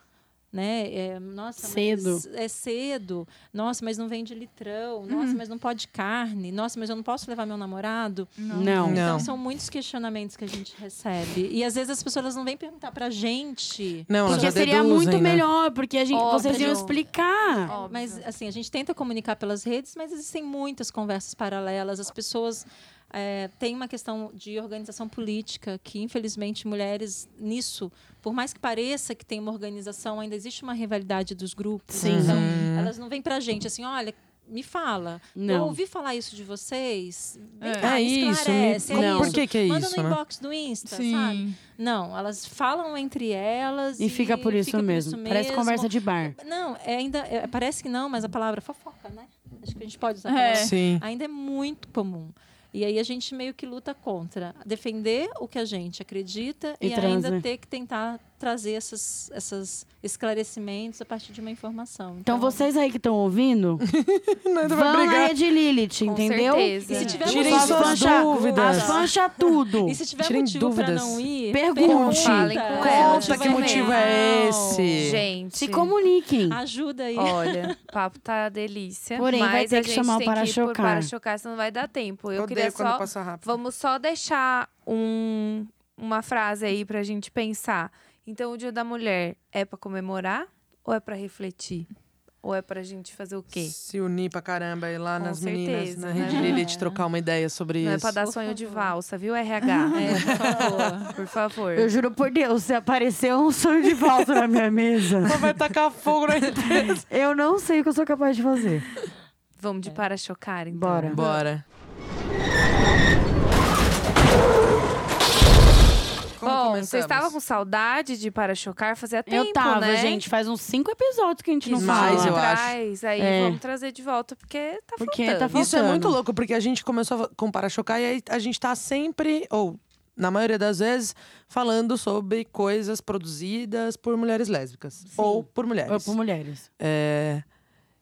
S8: né? É, nossa,
S5: Cedo.
S8: mas é cedo. Nossa, mas não vende litrão. Nossa, mas não pode carne. Nossa, mas eu não posso levar meu namorado.
S5: Não.
S6: Não.
S8: Então são muitos questionamentos que a gente recebe. E às vezes as pessoas elas não vêm perguntar pra gente.
S6: Não, elas
S5: Porque
S6: já
S5: seria
S6: deduzem,
S5: muito
S6: né?
S5: melhor, porque a gente,
S1: Óbvio.
S5: vocês iam explicar.
S1: Óbvio.
S8: Mas assim, a gente tenta comunicar pelas redes, mas existem muitas conversas paralelas. As pessoas é, têm uma questão de organização política que, infelizmente, mulheres nisso, por mais que pareça que tem uma organização, ainda existe uma rivalidade dos grupos.
S1: assim,
S5: Sim.
S8: Então,
S6: Uhum.
S8: elas não vêm pra gente assim, olha. Me fala.
S5: Não.
S8: Eu ouvi falar isso de vocês. Vem
S4: É.
S8: cá,
S6: É
S8: me
S6: isso. me-
S8: esclarece. é
S6: Como- Por
S8: isso.
S6: que que é
S1: um
S8: Manda
S6: isso,
S8: no
S6: né?
S8: inbox do Insta,
S4: Sim.
S8: sabe? Não, elas falam entre elas.
S5: E fica por
S8: assim,
S5: isso
S8: fica
S5: mesmo. Parece
S8: mesmo.
S5: conversa de bar.
S8: Não, é ainda. é, parece que não, mas a palavra fofoca, né? Acho que a gente pode usar. a
S4: É.
S8: palavra.
S6: Sim.
S8: Ainda é muito comum. E aí a gente meio que luta contra defender o que a gente acredita
S5: E
S8: e, ainda
S5: transa.
S8: ter que tentar trazer essas, essas esclarecimentos a partir de uma informação.
S5: Então vocês aí que estão ouvindo,
S6: Nada vai
S5: vão na
S6: brigar.
S5: Red Lilith,
S1: Com
S5: entendeu?
S1: certeza.
S8: E se tiver
S6: Tirem
S8: motivo-
S6: suas
S5: Asfancha-
S6: dúvidas.
S5: Asfancha tudo.
S8: E se tiver
S6: Tirem
S8: motivo
S6: dúvidas.
S8: pra não ir, é
S5: Pergunte.
S1: Falem com
S8: pergunta.
S1: ela,
S6: Conta que
S1: vai ver.
S6: motivo é esse.
S1: Gente,
S5: Se comuniquem.
S8: Ajuda aí.
S1: olha, o papo tá delícia.
S5: Porém,
S1: mas
S5: vai ter
S1: a
S5: que
S1: gente
S5: chamar o
S1: tem que ir por
S5: Para-Chocar.
S1: para chocar, senão não vai dar tempo. Eu queria só
S6: passa rápido.
S1: Vamos só deixar um- uma frase aí pra gente pensar. Então, o Dia da Mulher é pra comemorar ou é pra refletir? Ou é pra gente fazer o quê?
S6: Se unir pra caramba e ir lá
S1: Com
S6: nas meninas,
S1: certeza,
S6: na
S1: né?
S6: Rede Lilith, trocar uma ideia sobre
S1: Não é
S6: isso.
S1: pra dar
S8: Por
S1: sonho de
S8: favor.
S1: valsa, viu, RH?
S8: É, por favor.
S1: Por favor.
S5: Eu juro por Deus, se apareceu um sonho de falso na minha mesa,
S6: Vai tacar fogo na
S5: eu não sei o que eu sou capaz de fazer.
S1: Vamos de para chocar, então.
S5: Bora.
S6: Bora. Como
S1: Bom,
S6: começamos?
S1: vocês estavam com saudade de para chocar? Fazia tempo,
S5: Eu tava,
S1: né?
S5: gente, faz uns cinco episódios que a gente não
S6: Mais,
S5: fala.
S6: eu acho.
S1: acho. Aí
S5: É.
S1: vamos trazer de volta, porque tá
S5: Porque
S1: faltando.
S5: tá faltando.
S6: Isso é
S5: voltando.
S6: muito louco, porque a gente começou a com para-chocar e aí a gente tá sempre, ou na maioria das vezes, falando sobre coisas produzidas por mulheres lésbicas. Ou por mulheres.
S5: Ou por mulheres.
S6: É,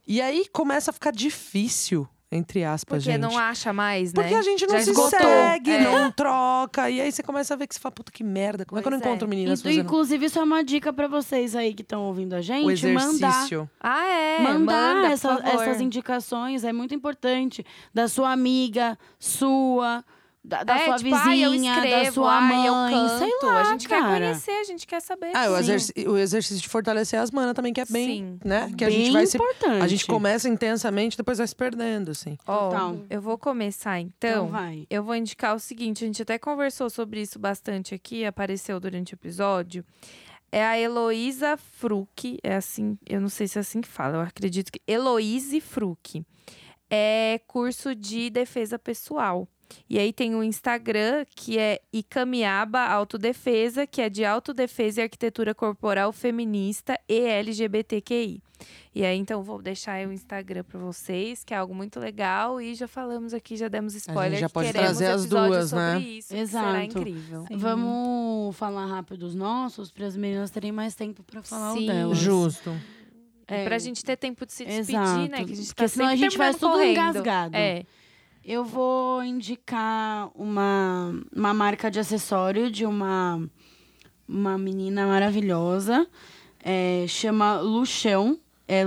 S6: E aí começa a ficar difícil, entre aspas,
S1: Porque
S6: gente.
S1: não acha mais, né?
S6: Porque a gente não
S1: Já
S6: se
S1: esgotou.
S6: segue,
S1: É.
S6: não troca. E aí você começa a ver que você fala, puta que merda, como é que eu não
S1: Pois é.
S6: encontro meninas
S5: Isso,
S6: fazendo
S5: inclusive, isso é uma dica pra vocês aí que estão ouvindo a gente.
S6: o exercício?
S1: Ah, é.
S5: Mandar, mandar
S1: manda,
S5: essa-
S1: por favor.
S5: essas indicações é muito importante. Da sua amiga, sua, da, da
S1: É,
S5: sua
S1: tipo, ah,
S5: vizinha,
S1: eu escrevo,
S5: da sua
S1: ah,
S5: mãe,
S1: eu canto.
S5: sei lá,
S1: A gente
S5: cara.
S1: quer conhecer, a gente quer saber.
S5: É
S6: Ah, o,
S1: sim.
S6: exerci- o exercício de fortalecer as manas também, que é bem,
S1: Sim.
S6: né? Que a
S5: Bem
S6: gente vai se...
S5: importante.
S6: A gente começa intensamente, depois vai se perdendo, assim.
S1: Ó,
S5: Total.
S1: eu vou começar então.
S5: Então vai.
S1: Eu vou indicar o seguinte, a gente até conversou sobre isso bastante aqui, apareceu durante o episódio. É a Heloísa Fruc, é assim, eu não sei se é assim que fala, eu acredito que Heloíse Fruc. É curso de defesa pessoal. E aí tem o Instagram, que é Icamiaba Autodefesa, que é de autodefesa e arquitetura corporal feminista e LGBTQI. E aí, então, vou deixar aí o Instagram pra vocês, que é algo muito legal. E já falamos aqui, já demos spoiler.
S6: já
S1: que
S6: pode
S1: queremos
S6: trazer as
S1: episódios
S6: duas,
S1: sobre
S6: né?
S1: Isso, Exato. Será
S5: Exato.
S1: incrível.
S4: Sim.
S5: Vamos falar rápido os nossos, para as meninas terem mais tempo pra falar
S1: Sim.
S5: o delas.
S6: Justo.
S5: É,
S1: Pra gente ter tempo de se despedir,
S5: Exato.
S1: né? Que a gente
S5: Porque
S1: tá
S5: senão
S1: sempre
S5: a gente vai
S1: terminando
S5: tudo
S1: correndo.
S5: engasgado.
S1: É.
S5: Eu vou indicar uma, uma marca de acessório de uma, uma menina maravilhosa. É, chama Luxão, é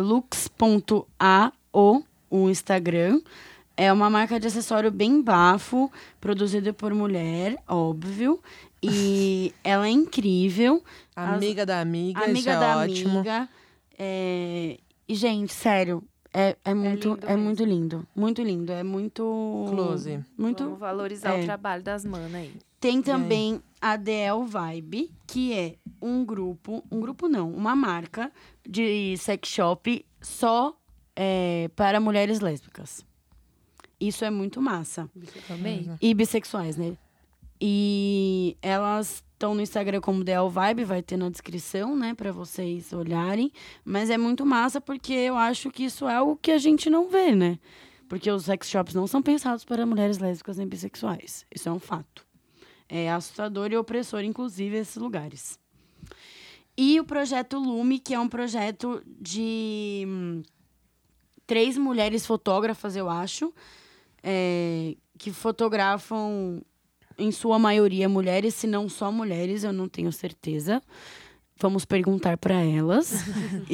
S5: lux.ao o Instagram. É uma marca de acessório bem bafo, produzida por mulher, óbvio. E ela é incrível. As-
S6: Amiga da amiga, isso
S5: amiga
S6: é
S5: da
S6: ótimo.
S5: amiga. É, E, gente, sério, é, é muito,
S1: lindo
S5: é,
S1: mesmo.
S5: muito lindo. Muito lindo. É muito.
S6: Close.
S5: Muito
S1: Vamos valorizar
S5: é.
S1: o trabalho das manas aí.
S5: tem também a DL Vibe, que é um grupo, um grupo não, uma marca de sex shop só é, para mulheres lésbicas. Isso é muito massa.
S1: Também.
S6: Uhum.
S5: E bissexuais, né? E elas estão no Instagram como DL Vibe, vai ter na descrição, né, Pra vocês olharem. Mas é muito massa porque eu acho que isso é algo que a gente não vê, né? Porque os sex shops não são pensados para mulheres lésbicas nem bissexuais. Isso é um fato. É assustador e opressor, inclusive, esses lugares. E o projeto Lume, que é um projeto de hum, três mulheres fotógrafas, eu acho, é, que fotografam, em sua maioria, mulheres, se não só mulheres, eu não tenho certeza. Vamos perguntar para elas.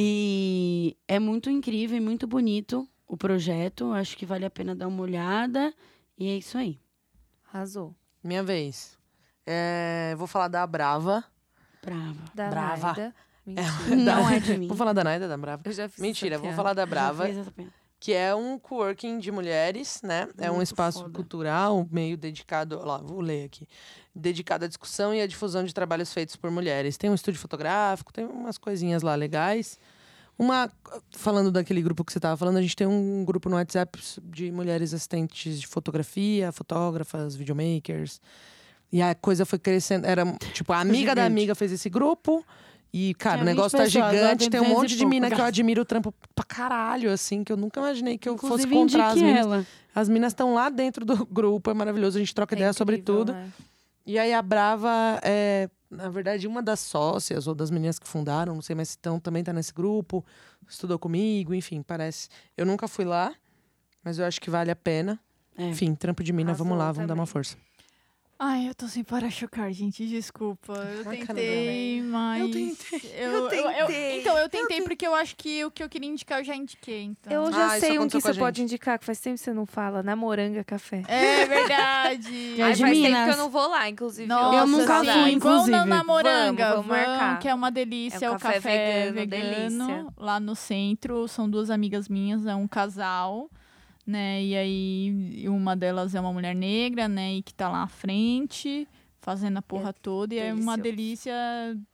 S5: e é muito incrível e muito bonito o projeto. Acho que vale a pena dar uma olhada. E é isso aí.
S1: Arrasou.
S6: Minha vez. É, vou falar da Brava.
S5: Brava.
S1: Da
S6: Brava.
S1: Naida. Mentira.
S5: Não é de mim.
S6: Vou falar da Naida, da Brava.
S1: Eu já fiz
S6: Mentira,
S1: essa
S6: vou
S1: piada.
S6: falar da Brava.
S5: Fez essa pena.
S6: que é um coworking de mulheres, né? É um
S5: Muito
S6: espaço
S5: foda.
S6: cultural meio dedicado, ó lá, vou ler aqui, dedicado à discussão e à difusão de trabalhos feitos por mulheres. Tem um estúdio fotográfico, tem umas coisinhas lá legais. Uma falando daquele grupo que você estava falando, a gente tem um grupo no WhatsApp de mulheres assistentes de fotografia, fotógrafas, videomakers. E a coisa foi crescendo, era tipo a amiga da
S5: gigante.
S6: amiga fez esse grupo E, cara,
S5: Tinha
S6: o
S5: 20
S6: negócio tá
S5: pessoas, agora
S6: gigante.
S5: tem
S6: Tem um
S5: 200
S6: monte
S5: e
S6: de mina
S5: pouco.
S6: que eu admiro o trampo pra caralho, assim, que eu nunca imaginei que eu
S5: Inclusive,
S6: fosse encontrar as
S5: indique
S6: minas.
S5: ela.
S6: As minas estão lá dentro do grupo, é maravilhoso, a gente troca ideia sobre tudo.
S1: né?
S6: E aí a Brava é, na verdade, uma das sócias ou das meninas que fundaram, não sei mais se estão, também tá nesse grupo, estudou comigo, enfim, parece. Eu nunca fui lá, mas eu acho que vale a pena.
S5: É.
S6: Enfim, trampo de mina, vamos
S1: Arrasou
S6: lá, vamos dar uma
S1: também.
S6: força.
S4: Ai, eu tô sem para-chocar, gente. Desculpa. Eu
S6: Bacana,
S4: tentei, mas. Eu tentei. Eu,
S1: tentei.
S4: então, eu tentei porque eu acho que o que eu queria indicar eu já indiquei. Então.
S1: Eu já
S6: Ah, isso
S1: sei um
S6: aconteceu
S1: que
S6: com a
S1: você pode
S6: gente.
S1: indicar, que faz tempo que você não fala. Namoranga Café.
S4: É verdade.
S5: É
S1: Ai,
S5: de
S1: faz tempo
S5: Minas.
S1: que eu não vou lá, inclusive.
S4: Nossa,
S5: Eu nunca
S4: sim.
S1: saudade.
S5: fui,
S4: Vão
S5: inclusive.
S4: na Namoranga,
S1: Vamos, vamos
S4: vão,
S1: marcar.
S4: que é uma delícia,
S1: É um
S4: o
S1: café
S4: café,
S1: vegano,
S4: vegano,
S1: delícia.
S4: lá no centro. São duas amigas minhas, é um casal, né? E aí uma delas é uma mulher negra, né, e que tá lá à frente, fazendo a porra toda e é uma delícia,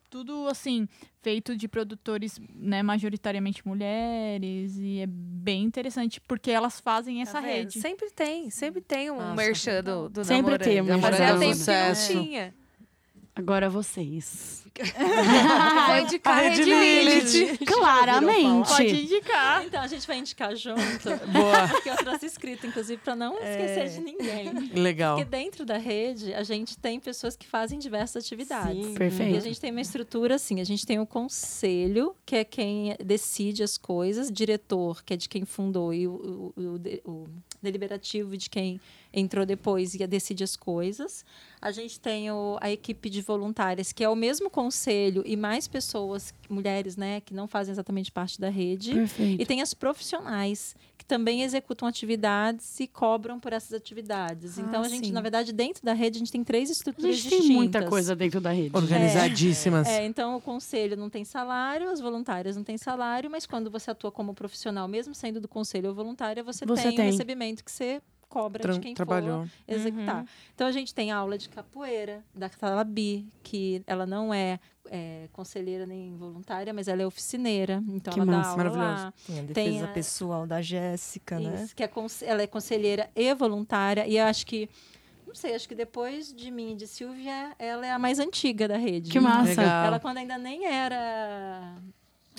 S4: tudo assim, feito de produtores, né, majoritariamente mulheres e é bem interessante porque elas fazem
S1: Tá
S4: essa
S1: vendo?
S4: rede.
S1: Sempre tem, sempre tem um
S6: Nossa.
S1: merchan do, do
S5: Sempre
S1: namoranga.
S5: tem um merchan.
S1: Fazia
S6: Namoranga é um
S1: tempo
S6: sucesso.
S1: que não tinha.
S5: Agora vocês.
S1: Vou indicar a Red Lilith.
S4: Pode
S5: Claramente.
S4: indicar.
S8: Então, a gente vai indicar junto.
S6: Boa,
S8: Porque eu trouxe escrito, inclusive, para não esquecer de ninguém.
S6: legal.
S8: Porque dentro da rede, a gente tem pessoas que fazem diversas atividades. E a
S5: Perfeito.
S8: gente tem uma estrutura assim, a gente tem o conselho, que é quem decide as coisas, diretor, que é de quem fundou, e o, o- o de- o deliberativo de quem entrou depois e decide as coisas. A gente tem o- a equipe de voluntárias, que é o mesmo conselho e mais pessoas, mulheres, né, que não fazem exatamente parte da rede.
S5: Perfeito.
S8: E tem as profissionais, que também executam atividades e cobram por essas atividades.
S1: Ah,
S8: então, a gente,
S1: sim.
S8: na verdade, dentro da rede, a gente tem três
S5: A
S8: estruturas
S5: gente tem
S8: distintas.
S5: muita coisa dentro da rede. né?
S6: Organizadíssimas.
S8: É, então o conselho não tem salário, as voluntárias não têm salário, mas quando você atua como profissional, mesmo saindo do conselho ou voluntária, você,
S5: Você
S8: tem,
S5: tem.
S8: o recebimento que você cobra
S6: Tra-
S8: de quem for
S6: trabalhou.
S8: executar.
S5: Uhum.
S8: Então a gente tem aula de capoeira da Talabi, que ela não é, é, conselheira nem voluntária, mas ela é oficineira. Então
S5: Que
S8: ela
S5: massa.
S8: dá aula
S6: Maravilhoso.
S8: lá.
S7: Tem a defesa
S8: Tem a-
S7: pessoal da Jéssica, né?
S8: Isso, que é conse- ela é conselheira e voluntária. E eu acho que, não sei, acho que depois de mim e de Silvia, ela é a mais antiga da rede.
S5: Que massa.
S6: Legal.
S8: Ela, quando ainda nem era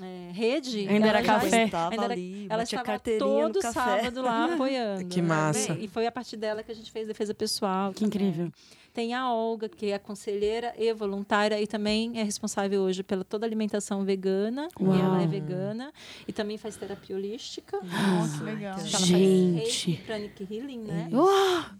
S8: é, rede,
S5: Ainda
S8: ela
S5: era
S8: já
S5: café.
S8: est-
S7: Tava
S8: Ainda era-
S7: ali,
S8: Ela
S7: batia
S8: estava
S7: carteirinha no
S8: todo
S7: café.
S8: sábado lá apoiando.
S6: Que
S8: né?
S6: massa.
S8: E foi a partir dela que a gente fez defesa pessoal.
S5: Que
S8: também.
S5: incrível.
S8: Tem a Olga, que é conselheira e voluntária e também é responsável hoje pela toda a alimentação vegana.
S5: Uau.
S8: E ela é vegana. E também faz terapia holística.
S4: Nossa,
S1: Ah,
S4: legal. Tá
S8: Então, ela faz
S5: Gente. É
S8: reiki, pranic healing, né?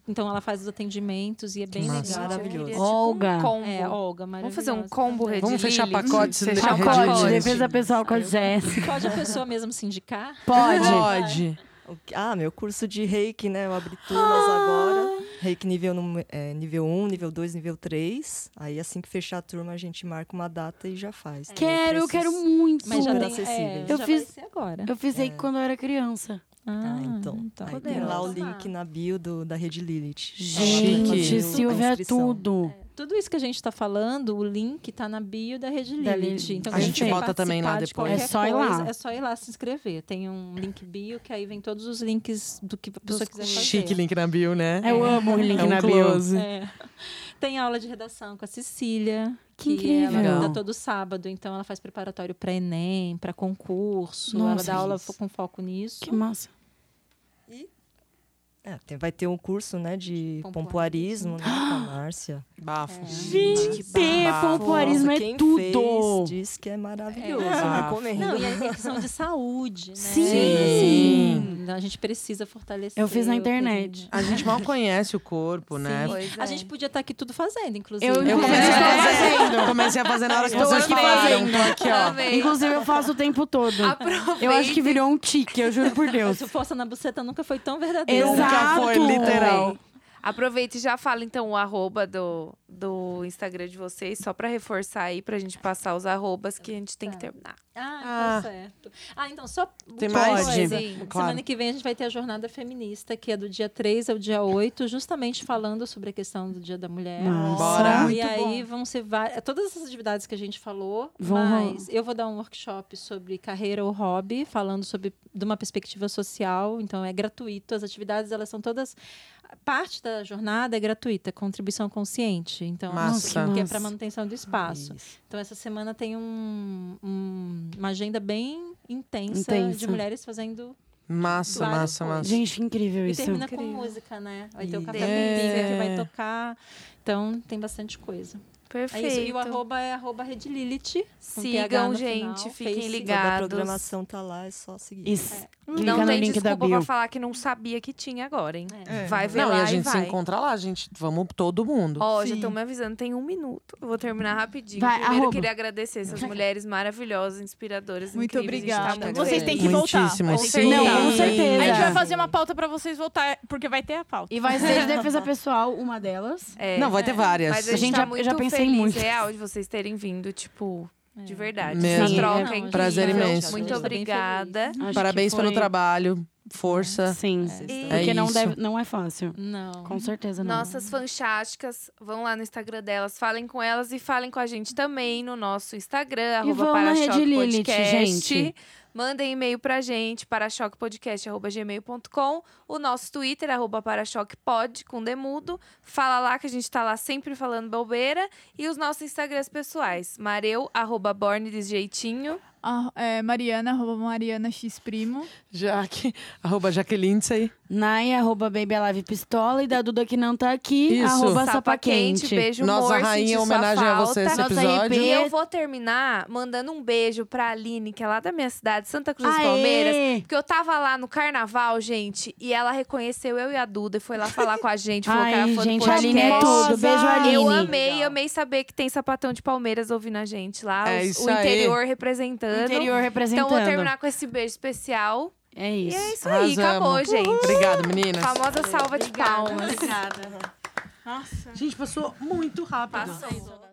S8: Então ela faz os atendimentos e é bem
S6: massa.
S8: legal.
S7: Maravilhoso.
S1: Maravilhoso.
S5: Olga. tá
S8: É, Olga,
S1: Vamos fazer um
S8: maravilhosa
S1: combo
S8: também.
S1: Red
S6: Vamos fechar
S1: Lilith.
S6: pacotes de
S1: Fechar um
S6: Red
S1: pacote.
S6: Lilith.
S5: Defesa pessoal com a Jéssica.
S8: Pode a pessoa mesmo se indicar?
S5: Pode.
S6: Pode.
S7: O que- Ah, meu curso de reiki, né? Eu abri turmas agora. Reiki nível, num- é, nível 1, nível 2, nível 3. Aí assim que fechar a turma, a gente marca uma data e já faz. Tem
S5: É. Quero, eu
S7: preços-
S5: quero muito.
S8: Mas já
S7: Super
S8: tem, é,
S7: acessíveis.
S8: já
S5: Eu fiz-
S8: vai ser agora.
S5: Eu fiz aí quando eu era criança.
S7: Ah, então.
S8: tá
S7: Aí tem lá o
S8: podemos.
S7: link na bio do- da Rede Lilith.
S5: Gente,
S6: Chique.
S5: Silvia é
S7: Inscrição.
S5: tudo.
S8: Tudo isso que a gente está falando, o link está na bio da Rede
S5: Da
S8: Lilith.
S5: Lilith.
S8: Então,
S6: A
S8: quem
S6: gente
S8: quiser
S6: bota também lá
S8: participar de
S6: depois.
S8: qualquer
S5: É só ir
S8: coisa,
S5: lá.
S8: É só ir lá se inscrever. Tem um link bio que aí vem todos os links do que a pessoa quiser fazer.
S6: Chique link na bio, né?
S5: Eu amo o link
S6: É um
S5: na bio.
S6: close.
S8: É. Tem aula de redação com a Cecília.
S5: Que
S8: Ela
S5: incrível.
S8: dá todo sábado, então ela faz preparatório para Enem, para concurso. ela
S5: Nossa,
S8: dá aula
S7: isso.
S8: com foco nisso.
S5: Que massa.
S7: É, tem- vai ter um curso, né, de pompoarismo, né, com a Márcia.
S6: Bafo.
S5: Gente,
S6: bafo.
S5: pompoarismo é
S7: Quem
S5: tudo. Ah,
S7: fez diz que é maravilhoso,
S6: É.
S7: eu recomendo.
S8: Não, e a questão de saúde, né?
S5: Sim.
S8: Sim. Então A gente precisa fortalecer.
S5: Eu fiz na
S8: o é
S5: internet.
S6: A gente mal conhece o corpo, né?
S8: terreno.
S1: Pois
S8: A
S1: é.
S8: gente podia estar aqui tudo fazendo, inclusive.
S5: Eu-
S6: Eu
S5: Inclusive,
S6: comecei
S5: estou
S6: a fazer. Eu comecei a fazer na hora que
S5: Estou
S6: vocês
S5: aqui
S6: falaram.
S5: fazendo.
S6: Tô aqui, ó.
S1: Amei.
S5: Inclusive, eu faço o tempo todo. Eu acho que virou um tique, eu juro por Deus.
S8: Mas o força na buceta nunca foi tão verdadeiro.
S6: Nunca
S5: Exato.
S6: foi literal.
S1: Aproveita e já fala, então, o arroba do, do Instagram de vocês, só pra reforçar aí, pra gente passar os arrobas que a gente tem que terminar.
S8: Ah,
S6: Ah.
S8: tá certo. Ah, então só
S6: Tem
S8: uma
S6: mais,
S8: coisa.
S6: Sim.
S8: Semana
S6: Claro.
S8: que vem a gente vai ter a jornada feminista, que é do dia 3 ao dia 8, justamente falando sobre a questão do Dia da Mulher.
S5: Nossa,
S6: Bora.
S8: E
S5: muito
S8: aí vão ser várias, todas essas atividades que a gente falou,
S5: Vão
S8: mas eu vou dar um workshop sobre carreira ou hobby, falando sobre de uma perspectiva social, então é gratuito, as atividades elas são todas Parte da jornada é gratuita, contribuição consciente. Então,
S6: Massa.
S8: que é
S5: Nossa.
S8: para manutenção do espaço. Então, essa semana tem um- um- uma agenda bem intensa, de
S5: Intensa.
S8: mulheres fazendo.
S6: Massa,
S8: Várias
S6: massa,
S8: coisas.
S6: massa.
S5: Gente, que incrível
S8: E
S9: é
S5: isso.
S8: termina
S1: incrível.
S8: com música, né? Vai ter o
S7: Isso.
S8: café com pinga que vai tocar. Então, tem bastante coisa. É
S1: Perfeito.
S8: isso. E o arroba é arroba redlilith. TH
S1: Sigam,
S8: no
S1: gente.
S8: final,
S1: fiquem
S8: Face.
S7: Toda a
S1: ligados.
S7: programação tá lá, é só seguir.
S5: Isso. Clica
S1: Não
S5: no
S1: tem
S5: link da
S1: desculpa pra
S5: bio.
S1: falar que não sabia que tinha agora, hein?
S8: É.
S1: Vai ver
S6: Não,
S1: lá
S6: e a gente se
S1: vai.
S6: encontra lá, gente. Vamos todo mundo.
S1: Ó, já
S4: Sim.
S1: estão me avisando, tem um minuto. Eu vou terminar rapidinho.
S5: Vai,
S1: Primeiro, eu
S5: arroba.
S1: queria agradecer essas mulheres maravilhosas, inspiradoras,
S4: Muito
S1: incríveis. A gente
S4: obrigada.
S1: tá muito
S4: Vocês
S1: feliz.
S4: têm que voltar.
S6: Muitíssimo.
S1: Sim.
S6: Sim.
S5: Não, com certeza.
S4: A gente vai fazer uma pauta pra vocês voltar, porque vai ter a pauta.
S5: E vai ser de defesa pessoal, uma delas.
S1: É,
S6: Não, vai ter várias.
S1: Mas a gente
S5: gente
S1: tá
S5: já-
S1: muito
S5: eu já pensei
S1: feliz,
S5: muito.
S1: real, de vocês terem vindo, tipo,
S5: É.
S1: de verdade.
S6: Mesmo.
S1: Essa
S5: Sim,
S1: troca
S5: é
S1: é incrível.
S6: prazer imenso.
S1: Muito
S8: A gente tá bem
S1: obrigada.
S5: Acho que
S6: Parabéns pelo
S5: foi-
S6: trabalho, força.
S5: Sim.
S1: E-
S6: É
S5: Porque não,
S6: isso.
S5: deve, não é fácil.
S8: Não.
S5: Com certeza não.
S1: Nossas fantásticas, vão lá no Instagram delas, falem com elas e falem com a gente também no nosso Instagram, arroba
S5: vão na Rede
S1: Parachoque
S5: Lilith,
S1: Podcast.
S5: gente.
S1: Mandem e-mail pra gente, parachoquepodcast.gmail.com, o nosso Twitter, arroba parachoquepod, com demudo. Fala lá que a gente tá lá sempre falando bobeira. E os nossos Instagrams pessoais, mareu, arroba borne desjeitinho.
S4: Ah, é, Mariana, arroba Mariana X Primo.
S6: Jaque, arroba Jaqueline, isso aí.
S5: Nai, arroba Baby Alive Pistola. E da Duda que não tá aqui,
S6: Isso.
S5: arroba
S1: Sapa
S5: Sapa Quente.
S1: Beijo,
S6: Nossa
S1: amor,
S6: rainha,
S1: senti sua
S6: homenagem a você
S1: falta.
S6: esse
S5: Nossa
S6: episódio.
S5: RP.
S1: E eu vou terminar mandando um beijo pra Aline, que é lá da minha cidade, Santa Cruz
S5: Aê!
S1: do Palmeiras. Porque eu tava lá no carnaval, gente, e ela reconheceu eu e a Duda e foi lá falar com a gente. Falou que era
S5: Ai,
S1: fã do
S5: gente, a
S1: podcast.
S5: Aline é tudo. Beijo, Aline.
S1: Eu amei, amei saber que tem sapatão de Palmeiras ouvindo a gente lá.
S6: É
S1: os-
S6: isso
S1: o
S6: aí.
S1: interior representando.
S5: Interior representando.
S1: Então vou terminar com esse beijo especial.
S5: É
S1: E
S5: isso.
S1: é isso aí,
S6: Arrasamos.
S1: acabou, gente.
S6: Obrigado, meninas.
S1: Famosa salva de palmas.
S5: Obrigada.
S6: Gente, passou muito rápido.
S1: Passou.